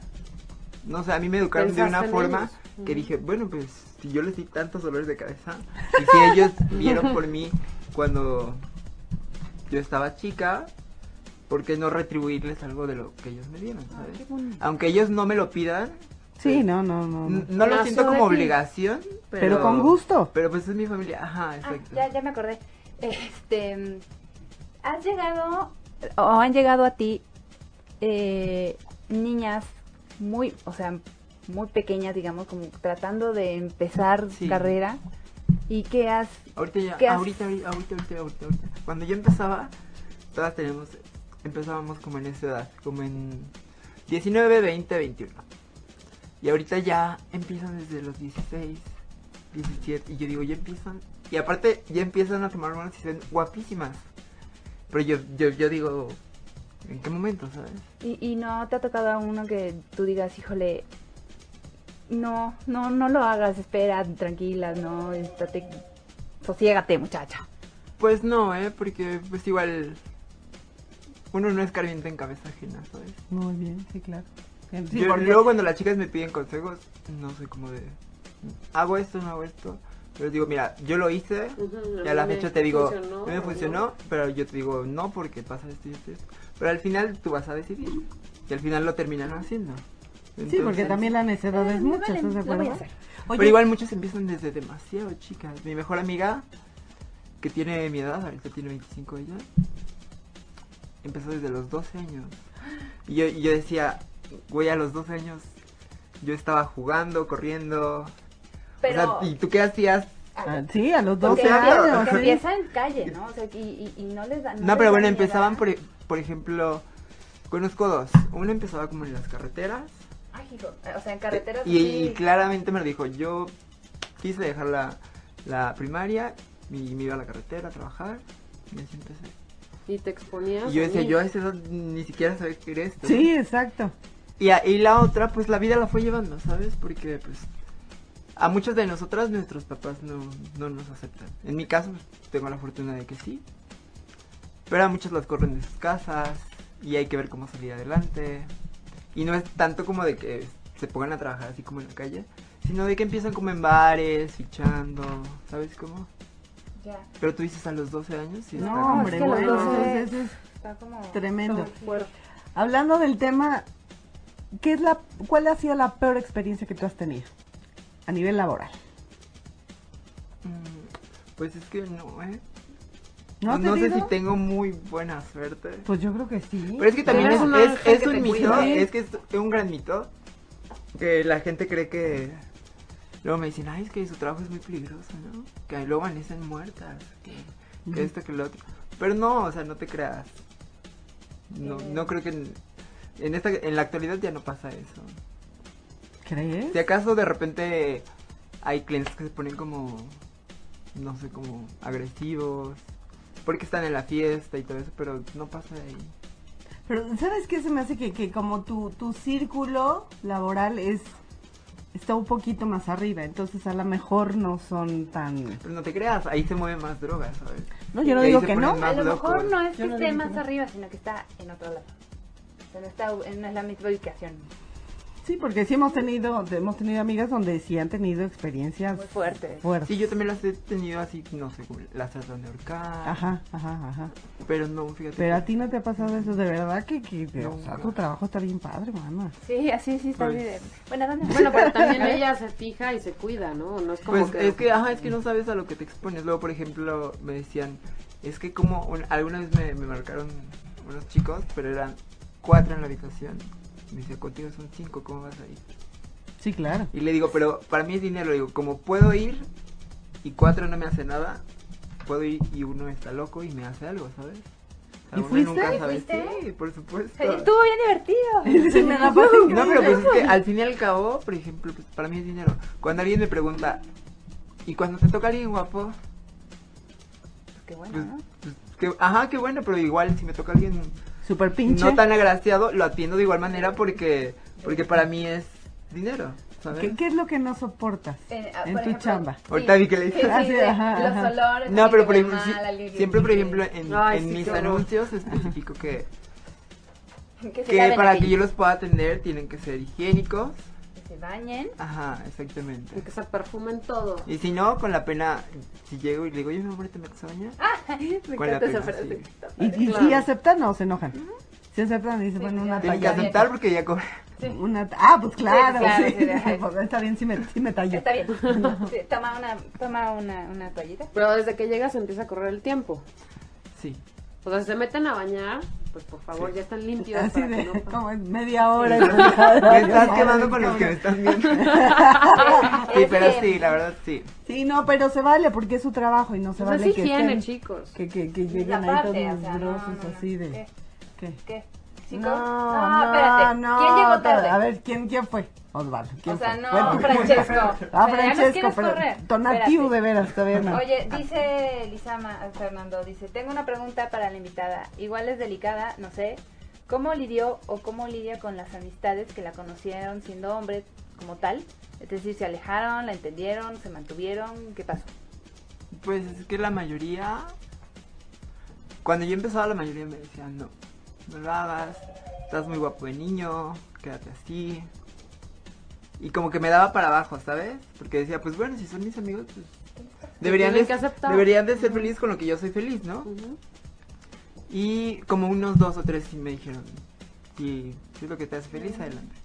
S6: no sé, a mí me educaron de
S8: Pensaste
S6: una
S8: en
S6: forma
S8: ellos.
S6: que dije, bueno, pues si yo les di tantos dolores de cabeza, y si ellos vieron por mí cuando yo estaba chica, ¿por qué no retribuirles algo de lo que ellos me dieron, sabes? Aunque ellos no me lo pidan,
S5: Ah,
S6: pues,
S5: Sí, no, no, no. no.
S6: N- No lo
S8: Nació
S6: siento
S8: de
S6: como
S8: ti.
S6: obligación, pero,
S5: Pero con gusto.
S6: Pero pues es mi familia, ajá,
S7: Ah,
S6: exacto.
S7: ya, ya me acordé. Este, ¿has llegado o han llegado a ti eh, niñas muy, o sea, muy pequeñas, digamos, como tratando de empezar
S6: Sí.
S7: carrera y qué has?
S6: Ahorita ya,
S7: ¿Qué haces?
S6: ahorita, ahorita, ahorita, ahorita, ahorita, ahorita. Cuando yo empezaba, todas teníamos, empezábamos como en esa edad, como en 19, 20, 21. Y ahorita ya empiezan desde los 16, 17, y yo digo, ya empiezan, y aparte ya empiezan a tomar hormonas y se ven guapísimas. Pero yo, yo, yo digo, ¿en qué momento, sabes?
S7: Y, y no te ha tocado a uno que tú digas, híjole, no, no, no lo hagas, espera, tranquila, no, estate, sosiégate, muchacha.
S6: Pues no, ¿eh? Porque pues igual uno no es caliente en cabeza ajena, ¿sabes?
S5: Muy bien, sí, claro. Sí,
S6: Yo-
S5: porque-
S6: Luego cuando las chicas me piden consejos, no soy como de... Hago esto, no hago esto. Pero digo, mira, yo lo hice
S8: Ujú,
S6: y a la
S8: me
S6: fecha te digo,
S8: funcionó,
S6: no me
S8: o
S6: funcionó, pero yo te digo, no, porque pasa esto y esto y esto. Pero al final tú vas a decidir. Y al final lo terminan haciendo.
S5: Sí, porque
S6: Entonces-
S5: también la necesidad es
S7: Eh, me
S5: mucha,
S7: vale,
S5: ¿estás de
S7: lo voy a
S5: acuerdo?
S7: hacer.
S5: Oye,
S6: Pero igual muchos empiezan desde demasiado chicas. Mi mejor amiga, que tiene mi edad, ahorita tiene 25 ella, empezó desde los 12 años. Y yo, y yo decía, güey, a los 12 años yo estaba jugando, corriendo. o
S7: Pero-
S6: sea, ¿y tú qué hacías?
S5: ah, sí, a los 12
S7: Porque
S6: claro,
S5: años.
S7: porque
S5: sí.
S7: empieza en calle, ¿no? O sea, y, y- y no les dan.
S6: No, pero bueno, empezaban, por, por ejemplo, conozco dos. Uno empezaba como en las carreteras.
S7: Ay, hijo, o sea, en carreteras.
S6: Y,
S7: así.
S6: y claramente me lo dijo, yo quise dejar la, la primaria y me iba a la carretera a trabajar. Y así empecé.
S8: Y te exponías.
S6: Y yo decía,
S8: ahí.
S6: yo a esa edad ni siquiera sabía qué era esto.
S5: Sí, exacto.
S6: Y, a- y la otra, pues la vida la fue llevando, ¿sabes? Porque pues a muchas de nosotras nuestros papás no, no nos aceptan. En mi caso, pues, tengo la fortuna de que sí. Pero a muchas las corren de sus casas y hay que ver cómo salir adelante. Y no es tanto como de que se pongan a trabajar así como en la calle, sino de que empiezan como en bares, fichando, ¿sabes cómo?
S7: Ya,
S6: Pero tú dices a los 12 años, sí. está
S5: No,
S6: como-
S5: hombre,
S7: que los
S5: bueno,
S7: doce-
S5: eso es
S7: está como.
S5: tremendo.
S7: fuerte.
S5: Hablando del tema, ¿qué es la, ¿cuál ha sido la peor experiencia que tú has tenido a nivel laboral?
S6: Mm, Pues es que no, ¿eh?
S5: ¿No,
S6: Pues No,
S5: has
S6: sé
S5: tenido?
S6: si tengo muy buena suerte.
S5: Pues yo creo que sí.
S6: Pero es que también
S8: eres
S6: es,
S8: un
S6: es-
S8: ángel
S6: es
S8: que te
S6: un mito,
S8: cuida.
S6: es que es un gran mito. Que la gente cree que. Luego me dicen, ay, es que su trabajo es muy peligroso, ¿no? Que luego amanecen muertas, que, que esto, que lo otro. Pero no, o sea, no te creas. No, no creo que. En, en esta, en la actualidad ya no pasa eso.
S5: ¿Crees?
S6: Si acaso de repente hay clientes que se ponen como, no sé, como agresivos, porque están en la fiesta y todo eso, pero no pasa de ahí.
S5: Pero ¿sabes qué se me hace que, que como tu, tu círculo laboral es está un poquito más arriba, entonces a lo mejor no son tan...
S6: Pero no te creas, ahí se mueven más drogas, ¿sabes?
S5: No, yo no
S6: Y ahí
S5: digo
S6: se
S5: que
S6: ponen
S5: no.
S7: A
S6: más
S7: lo mejor
S6: locos.
S7: no es que
S5: Yo no
S7: esté
S5: digo
S7: más
S5: que no.
S7: arriba, sino que está en otro lado. O sea, no, está, no es la misma ubicación.
S5: Sí, porque sí hemos tenido, hemos tenido amigas donde sí han tenido experiencias
S7: Muy fuerte.
S5: fuertes.
S6: Sí, yo también las he tenido así, no sé, como las tratan de ahorcar.
S5: Ajá, ajá, ajá.
S6: Pero no, fíjate.
S5: Pero
S6: que-
S5: a ti no te ha pasado eso, de verdad que, que que, o
S6: No.
S5: sea, tu trabajo está bien padre, mamá.
S7: Sí, así sí está
S6: Pues-
S7: bien. Bueno, ¿dónde?
S8: Bueno, pero también ella se fija y se cuida, ¿no? No es como
S6: Pues
S8: que...
S6: es que, ajá, es que no sabes a lo que te expones. Luego, por ejemplo, me decían, es que como un- alguna vez me, me marcaron unos chicos, pero eran cuatro en la habitación. Me decía, contigo son cinco, ¿cómo vas a ir?
S5: Sí, claro.
S6: Y le digo, pero para mí es dinero. Le digo, como puedo ir y cuatro no me hace nada, puedo ir y uno está loco y me hace algo, ¿sabes?
S5: ¿Y
S6: Alguna
S5: fuiste?
S6: nunca sabe.
S7: ¿Fuiste?
S6: Sí, por supuesto.
S7: pues, Estuvo bien divertido.
S5: Sí, me la pasé
S6: Pues, No,
S5: increíble.
S6: pero pues es que al fin y al cabo, por ejemplo, pues para mí es dinero. Cuando alguien me pregunta, ¿y cuando te toca alguien guapo?
S7: Qué bueno,
S6: Pues,
S5: Ah.
S7: ¿no?
S6: pues, que- ajá, qué bueno, pero igual si me toca alguien
S5: Super pinche.
S6: no tan agraciado, lo atiendo de igual manera porque porque para mí es dinero, ¿sabes?
S5: ¿Qué, qué es lo que no soportas
S7: Eh, ah,
S5: en tu
S7: por ejemplo,
S5: chamba?
S6: Ahorita vi que le
S7: sí,
S6: dije.
S7: sí,
S5: Ah, sí,
S7: de
S5: ajá,
S7: los
S5: ajá.
S7: olores.
S6: No,
S7: alguien
S6: pero
S7: que
S6: por
S7: huele
S6: ejemplo, sí-
S7: mal, alguien que-
S6: siempre por ejemplo en,
S8: Ay,
S6: en
S8: sí,
S6: mis
S8: qué horror.
S6: anuncios especifico que,
S7: que se
S6: que
S7: laven
S6: para
S7: la
S6: que yo
S7: carita,
S6: los pueda atender tienen que ser higiénicos.
S7: que se bañen.
S6: Ajá, exactamente.
S8: Que se perfumen todo.
S6: Y si no, con la pena, si llego y le digo, oye, mi amor, ¿te me extrañas?
S7: Ah, Me
S6: Con la
S7: encanta
S6: pena,
S7: esa frase.
S6: sí.
S5: ¿Y, y
S8: Claro.
S5: si aceptan o se enojan? Si aceptan y dicen, bueno, una
S7: pues
S6: Tienen que
S5: talla.
S6: aceptar porque ya cobra.
S5: Una ta- ah, pues claro,
S7: Sí, claro,
S5: sí.
S7: sí, ajá.
S5: Pues está bien, sí me, sí me tallo.
S7: Está bien. Sí, Toma una, toma una, una toallita.
S8: Pero desde que llegas empieza a correr el tiempo.
S6: Sí.
S8: O sea, si se meten a bañar, pues por favor, ya están limpios.
S5: Así
S8: para que
S5: de,
S8: no pase.
S5: como en media hora.
S6: Me estás quedando con los que me están viendo. Sí,
S7: Es
S6: pero
S7: que-
S6: sí, la verdad sí.
S5: Sí, no, pero se vale porque es su trabajo y no se
S8: O sea,
S5: vale
S8: Pues sí
S5: que
S8: tienen,
S5: estén-
S8: chicos.
S5: Que, que, que
S7: Y
S5: lleguen ahí
S7: aparte,
S5: todos
S7: o sea, no,
S5: grosos
S7: no, no.
S5: así de...
S7: ¿Qué?
S5: ¿Qué?
S7: ¿Qué? ¿Chicos?
S5: No,
S7: no, espérate.
S5: no,
S7: ¿Quién llegó tarde?
S5: espérate. A ver, ¿quién, quién fue? Osvaldo. ¿quién
S7: O sea,
S5: fue?
S7: no,
S5: Fue-
S7: Francesco.
S5: Ah,
S7: O sea, ya nos
S5: Francesco,
S7: quieres
S5: pero
S7: correr.
S5: Tonatiuh
S7: Espérate.
S5: de veras, todavía no.
S7: Oye, dice Lizama Fernando, dice, tengo una pregunta para la invitada, igual es delicada, no sé, ¿cómo lidió o cómo lidia con las amistades que la conocieron siendo hombre como tal? Es decir, se alejaron, la entendieron, se mantuvieron, ¿qué pasó?
S6: Pues es que la mayoría. Cuando yo empezaba, la mayoría me decían: No, no lo hagas, estás muy guapo de niño, quédate así. Y como que me daba para abajo, ¿sabes? Porque decía: Pues bueno, si son mis amigos, pues. Deberían
S8: tienen
S6: de,
S8: que aceptar.
S6: deberían de ser felices con lo que yo soy feliz, ¿no?
S8: Ujú.
S6: Y como unos dos o tres sí me dijeron, si, si es lo que te hace feliz, adelante.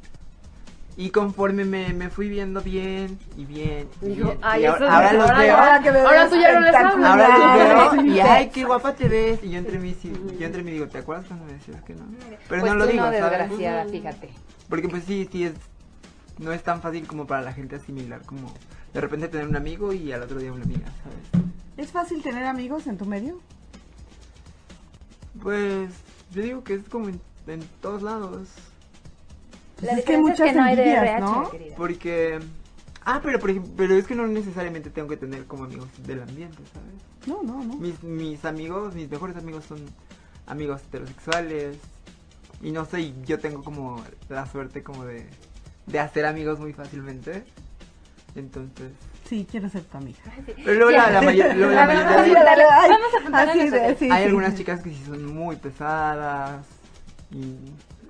S6: Y conforme me, me fui viendo bien y bien, y
S8: Digo,
S6: bien,
S8: ay,
S6: y
S8: eso es-
S6: ahora, ahora los
S8: ahora
S6: veo,
S8: ya-
S5: que me
S8: ahora
S5: ves
S8: tú ya no les hablas.
S5: espectacular.
S6: ahora los veo y
S5: Sí.
S6: ay, qué guapa te ves. Y yo entre mí, sí, yo entre mí digo, ¿te acuerdas cuando me decías que no? Pero
S7: Pues
S6: no lo
S7: tú
S6: digo, ¿sabes?
S7: desgraciada, fíjate.
S6: Porque pues sí, sí es, no es tan fácil como para la gente asimilar, como de repente tener un amigo y al otro día una amiga, ¿sabes?
S5: ¿Es fácil tener amigos en tu medio?
S6: Pues yo digo que es como en- en todos lados.
S7: La
S5: Pues es que hay
S7: diferencia
S5: muchas envidias,
S7: RH,
S5: ¿no?
S7: mi querida.
S6: Porque. Ah, pero por ejemplo, pero es que no necesariamente tengo que tener como amigos del ambiente, ¿sabes?
S5: No, no, no.
S6: Mis, mis amigos, mis mejores amigos son amigos heterosexuales. Y no sé, y yo tengo como la suerte como de, de hacer amigos muy fácilmente. Entonces.
S5: Sí, quiero ser tu amiga.
S6: Pero luego la, la mayor- luego la
S7: A ver,
S6: mayoría.
S7: vamos a darle-
S5: Ay,
S7: vamos a apuntar a
S5: así de-
S7: nosotros.
S5: sí,
S6: hay
S5: sí.
S6: algunas chicas que sí son muy pesadas. Y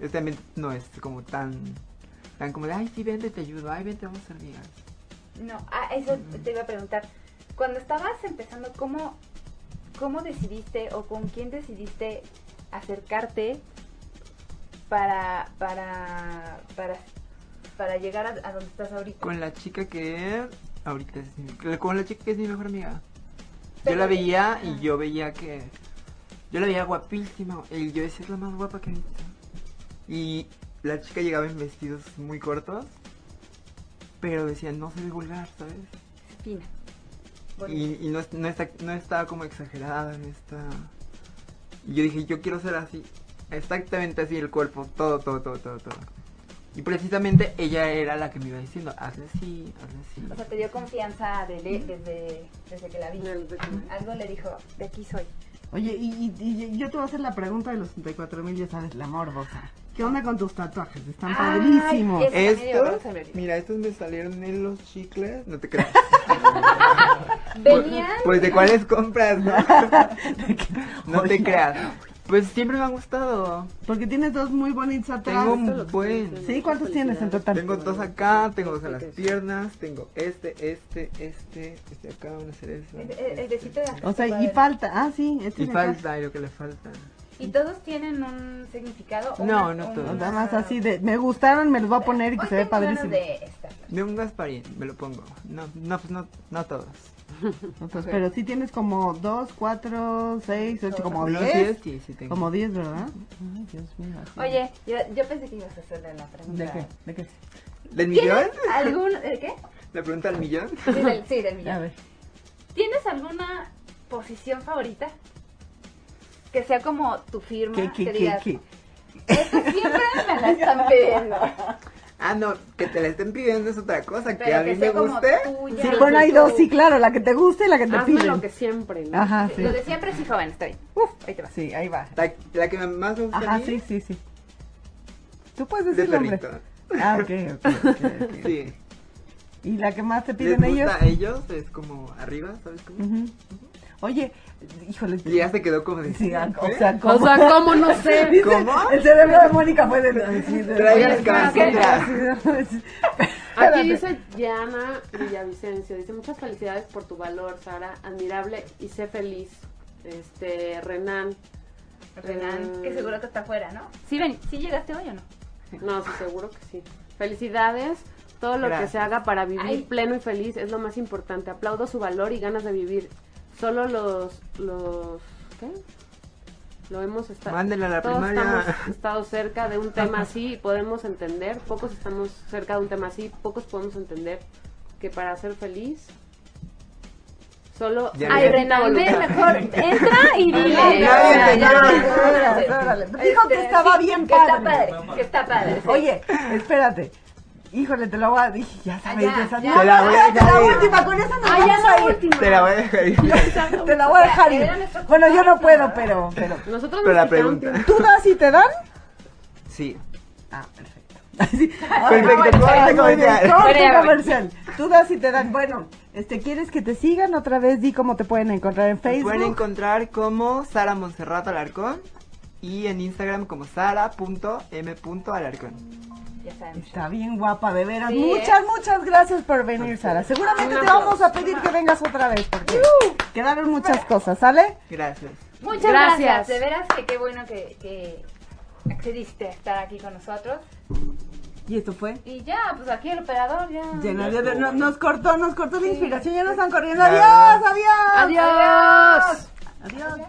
S6: este ambiente no es como tan. Tan como de, ay, sí, vente, te ayudo. Ay, vente, vamos a ser amigas.
S7: No, ah, eso te iba a preguntar. Cuando estabas empezando, ¿cómo, ¿cómo decidiste o con quién decidiste acercarte para para para, para llegar a, a donde estás ahorita?
S6: Con la chica que ahorita es mi- con la chica que es mi mejor amiga. Yo
S7: Pero-
S6: la veía y yo veía que yo la veía guapísima y yo decía es la más guapa que he visto. Y la chica llegaba en vestidos muy cortos, pero decía no se ve vulgar, ¿sabes?
S7: Fina. Bonita.
S6: Y, y no, es- no está no estaba como exagerada, no está. Y yo dije yo quiero ser así, exactamente así el cuerpo, todo, todo, todo, todo, todo. Y precisamente ella era la que me iba diciendo, hazle así, hazle así.
S7: O sea, te dio confianza de le- desde, desde que la vi.
S8: Desde que la vi.
S7: Algo le dijo, de aquí soy.
S5: Oye, y, y- y yo te voy a hacer la pregunta de los 64 mil, ya sabes, la morbosa. ¿Qué onda con tus tatuajes? Están
S7: Ay,
S5: padrísimos.
S7: es-
S6: Estos, mira, estos me salieron en los chicles. No te creas.
S7: Venían.
S6: Pues de cuáles compras, ¿no? no te creas. Pues siempre me ha gustado.
S5: Porque tienes dos muy bonitos atrás.
S6: Tengo un buen.
S5: ¿Sí? ¿Cuántos tienes en total?
S6: Tengo dos acá, tengo dos en las piernas, tengo este, este, este, este acá, una cereza.
S7: El, el- el besito de acá
S5: O sea, y
S7: está padre.
S5: falta. Ah, sí, este
S6: Y
S5: de acá.
S6: falta, y lo que le falta.
S7: ¿Y todos tienen un significado? o
S6: No,
S7: una-
S6: no
S7: o
S6: todos.
S7: una-
S5: Nada más así de. Me gustaron, me los voy a poner y que
S7: Hoy
S5: se ve
S7: tengo ganas
S5: padrísimo.
S7: de esta.
S6: De un Gasparín, me lo pongo. No, no, pues no, no todos.
S5: Entonces, Pero sí tienes como dos, cuatro, seis, ocho, como
S6: Unos
S5: diez.
S6: diez, sí, sí tengo.
S5: Como diez, ¿verdad? Ay, Dios mío. así.
S7: Oye, yo, yo pensé que ibas a hacerle la pregunta.
S5: ¿De qué? ¿De qué?
S6: ¿Del millón?
S7: ¿Tienes algún... ¿De qué?
S6: ¿La pregunta del millón?
S7: Sí, del, sí, del
S5: A
S7: millón.
S5: ver.
S7: ¿Tienes alguna posición favorita? Que sea como tu firma.
S5: ¿Qué, qué,
S7: que
S5: qué,
S7: digas,
S5: qué?
S7: "Eso siempre me la están pidiendo.
S6: Ah, no, que te la estén pidiendo es otra cosa, que
S7: Pero
S6: a mí
S7: que
S6: me
S7: sea como
S6: guste.
S7: tuya.
S5: Sí, bueno, hay dos, sí, claro, la que te gusta y la que te
S8: Hazme
S5: piden.
S8: lo que siempre, ¿no?
S5: Ajá, sí.
S7: Lo de siempre sí, joven, estoy. Uf, ahí te vas.
S5: Sí, ahí va.
S6: La, la que más me gusta a
S5: Ajá,
S6: mí,
S5: sí, sí, sí. Tú puedes
S6: de
S5: decir el nombre.
S6: perrito.
S5: Ah, ok, ok, ok, ok.
S6: Sí.
S5: ¿Y la que más te
S6: ¿Les
S5: piden
S6: gusta
S5: ellos?
S6: a ellos? Es como arriba, ¿sabes cómo?
S5: Ujú. Oye, híjole.
S6: Y ya se quedó como de...
S5: Sí, ah, o
S6: ¿eh?
S5: sea,
S8: O
S5: ¿cómo?
S8: sea, ¿cómo no sé?
S6: ¿Cómo?
S5: El cerebro de Mónica fue de... de- de-
S6: Traía
S5: de-
S6: el cabecita.
S5: Sí,
S8: Aquí dice Diana Villavicencio, dice muchas felicidades por tu valor, Sara, admirable y sé feliz. Este, Renan,
S7: Renan, que seguro que está afuera, ¿no? Sí, ven, ¿sí llegaste hoy o no?
S8: no, sí, seguro que sí. Felicidades, todo lo que se
S6: Gracias.
S8: haga para vivir
S7: Ay.
S8: pleno y feliz es lo más importante. Aplaudo su valor y ganas de vivir. Solo los, los, ¿qué? Lo hemos estado.
S6: Mándenla a la
S8: todos
S6: primaria.
S8: estamos estado cerca de un tema así y podemos entender. Pocos estamos cerca de un tema así, pocos podemos entender que para ser feliz solo.
S6: Ya
S7: Ay,
S6: vi.
S7: Renan, ve mejor. Entra y dile.
S5: Nadie
S7: Ya,
S5: te
S7: ya,
S5: llama.
S7: ya.
S5: Órale, órale. Dijo que
S7: Este,
S5: estaba
S7: sí,
S5: bien
S7: que está
S5: padre.
S7: padre, Que está padre. sí.
S5: Oye, espérate. Híjole, te lo voy a... dije, Ya sabes,
S7: Ah, ya,
S5: ya sabes.
S7: ya. Te
S6: la voy a
S5: Espérate, la
S6: dejar ir.
S5: última, con esa nos
S7: Ay, Ah, ya
S5: vamos
S7: la
S5: a ir.
S7: última.
S6: Te la voy a dejar ir.
S5: Te la voy a dejar ir.
S7: Era nuestro
S5: Bueno, yo no
S7: cumpleaños,
S5: puedo,
S7: ¿no?
S5: pero... pero
S8: Nosotros
S6: Pero
S8: nos
S6: la
S8: quitamos
S6: pregunta...
S8: tiempo.
S5: ¿Tú das y te dan?
S6: Sí.
S5: Ah, perfecto. Sí.
S6: Perfecto,
S5: muy
S6: corte
S5: bien.
S6: comercial.
S5: Corte
S7: Bueno, ya voy.
S5: comercial. Tú das y te dan. Bueno, este, ¿quieres que te sigan otra vez? Di cómo te pueden encontrar en
S6: Me Pueden
S5: Facebook.
S6: encontrar como Sara Monserrat Alarcón y en Instagram como sara.m.alarcón.
S7: Ya sabemos.
S5: Está bien guapa, de veras.
S7: Sí, eh.
S5: muchas, muchas gracias por venir, Sara. Seguramente te vamos a pedir que vengas otra vez porque quedaron muchas cosas, ¿sale?
S6: Gracias.
S7: Muchas gracias.
S8: Gracias.
S7: De veras que qué bueno que, que accediste a estar aquí con nosotros.
S5: Y esto fue.
S7: Y ya, pues aquí el operador ya.
S5: Lleno de- de- no- nos cortó, nos cortó la inspiración, ya nos están corriendo.
S6: Claro.
S5: Adiós, adiós.
S7: Adiós.
S5: Adiós.